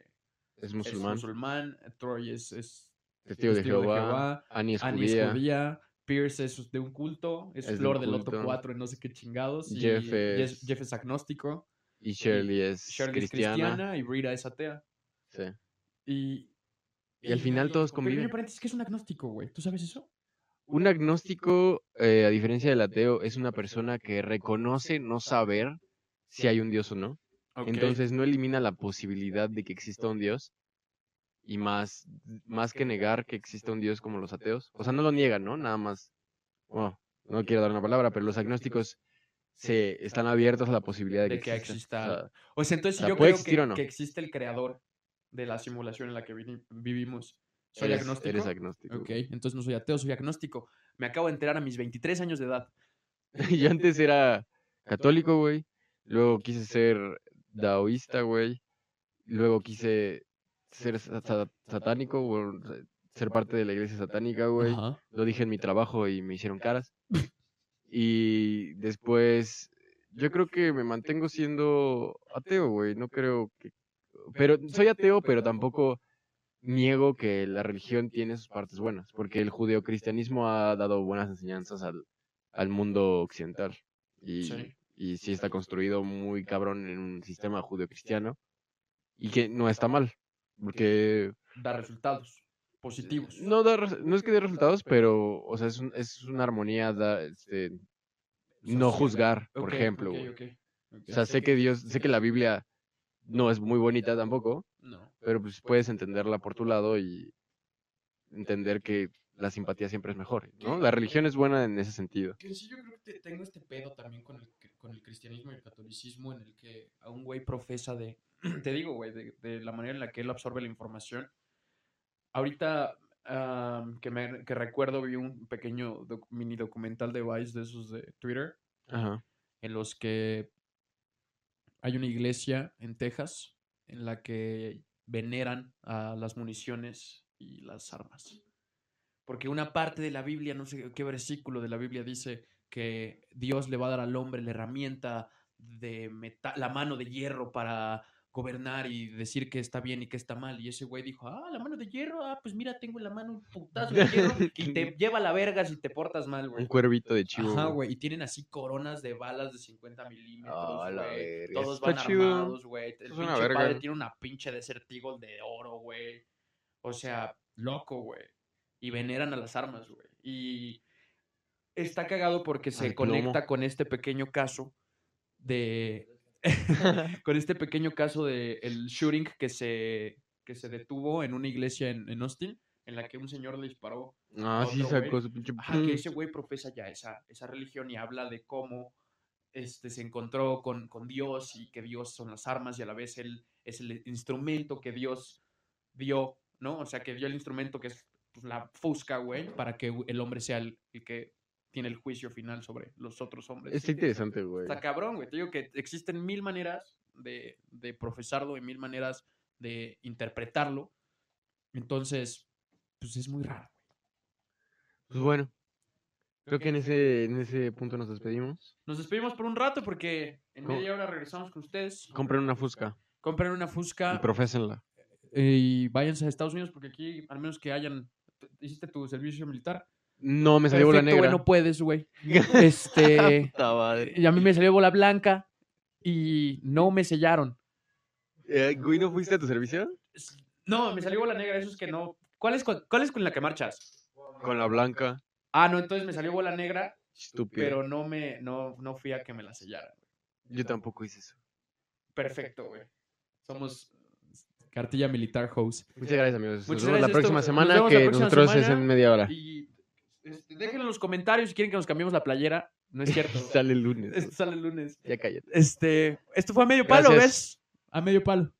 Es es musulmán. musulmán, Troy es, es Testigo de testigo de Jehová. Jehová, Annie es Annie es judía. judía, Pierce es de un culto, es, Es de un flor del Loto culto. 4 y no sé qué chingados, y Jeff Jeff- es- Jeff es agnóstico. Y Shirley es Shirley es cristiana. cristiana y Brita es atea. Sí. Y, Y al final todos Pero conviven. paréntesis que es un agnóstico, güey. ¿Tú sabes eso? Un agnóstico, eh, a diferencia del ateo, es una persona que reconoce no saber si hay un Dios o no. Entonces no elimina la posibilidad de que exista un Dios. Y más, más que negar que exista un Dios como los ateos. O sea, no lo niegan, ¿no? Nada más. Bueno, no quiero dar una palabra, pero los agnósticos se están abiertos a la posibilidad de que, De que O exista- sea, o sea, entonces o sea, yo ¿puede creo existir que, o no? que existe el creador de la simulación en la que vi- vivimos. ¿Soy eres, agnóstico? eres agnóstico. Ok, entonces no soy ateo, soy agnóstico. Me acabo de enterar a mis 23 años de edad. [LAUGHS] Yo antes era católico, güey. Luego quise ser daoísta, güey. Luego quise ser sa- sa- satánico, o sea, ser parte de la iglesia satánica, güey. Ajá. Lo dije en mi trabajo y me hicieron caras. Y después, yo creo que me mantengo siendo ateo, güey. No creo que... Pero soy ateo, pero tampoco niego que la religión tiene sus partes buenas, porque el judeocristianismo ha dado buenas enseñanzas al, al mundo occidental. Y Sí. y sí está construido muy cabrón en un sistema judeocristiano y que no está mal, porque Da resultados positivos. no da res- no es que dé resultados, pero o sea, es, un- es una armonía da, este, no Social. juzgar, por Ok, ejemplo, ok, güey. ok, ok. O sea, sé que Dios, sé que la Biblia no es muy bonita tampoco, No. pero pues puedes entenderla por tu lado y entender que la simpatía siempre es mejor, ¿no? La religión es buena en ese sentido. Que sí, yo creo que te- tengo este pedo también con el, cri- con el cristianismo y el catolicismo en el que a un güey profesa de, [CLEARS THROAT] te digo, güey, de, de la manera en la que él absorbe la información. Ahorita ah, que, me, que recuerdo vi un pequeño doc- mini documental de Vice de esos de Twitter Ajá. en los que hay una iglesia en Texas en la que veneran a las municiones y las armas. Porque una parte de la Biblia, no sé qué versículo de la Biblia dice que Dios le va a dar al hombre la herramienta de meta- la mano de hierro para gobernar y decir que está bien y que está mal. Y ese güey dijo, ah, la mano de hierro, ah, pues mira, tengo en la mano un putazo de hierro y te lleva a la verga si te portas mal, güey. Un cuervito de chivo. Ajá, güey. güey. Y tienen así coronas de balas de 50 milímetros, Ah, la güey. verga. Todos Está van chido. armados, güey. El Es una pinche verga. padre tiene una pinche Desert Eagle de oro, güey. O sea, loco, güey. Y veneran a las armas, güey. Y está cagado porque se Al plomo. conecta con este pequeño caso [LAUGHS] de... con este pequeño caso de el shooting que se, que se detuvo en una iglesia en, en Austin, en la que un señor le disparó Ah, sí Otro, sacó güey. su pinche... Ajá, que ese güey profesa ya esa, esa religión y habla de cómo este, se encontró con, con Dios y que Dios son las armas y a la vez él es el instrumento que Dios dio, ¿no? O sea, que dio el instrumento que es pues, la fusca, güey, para que el hombre sea el, el que tiene el juicio final sobre los otros hombres. Está interesante, güey. Está cabrón, güey. Te digo que existen mil maneras de, de profesarlo y mil maneras de interpretarlo. Entonces, pues es muy raro. Pues bueno. Creo que en ese, en ese punto nos despedimos. Nos despedimos por un rato porque en ¿Cómo? media hora regresamos con ustedes. Compren una fusca Compren una y Fusca eh, profésenla. y váyanse a Estados Unidos porque aquí, al menos que hayan. Hiciste tu servicio militar. No, me salió bola Perfecto, güey, negra. no puedes, güey. [LAUGHS] Este. Puta madre. y a mí me salió bola blanca y no me sellaron. Eh, güey, ¿no fuiste a tu servicio? No, me salió bola negra, eso es que no. ¿Cuál es, cu- cuál es con la que marchas? Con la blanca. Ah, no, entonces me salió bola negra, Estúpido. pero no me no, no fui a que me la sellaran. Yo tampoco hice eso. Perfecto, güey. Somos cartilla militar host. Muchas gracias, amigos. Nos Muchas vemos la gracias, próxima esto- semana, nos vemos la que próxima nosotros es semana en media hora. Y este, dejen en los comentarios si quieren que nos cambiemos la playera. No [LAUGHS] es cierto. [LAUGHS] Sale el lunes. Esto sale el lunes. [LAUGHS] Ya cállate. Este, esto fue a medio palo, Gracias. ¿ves? A medio palo.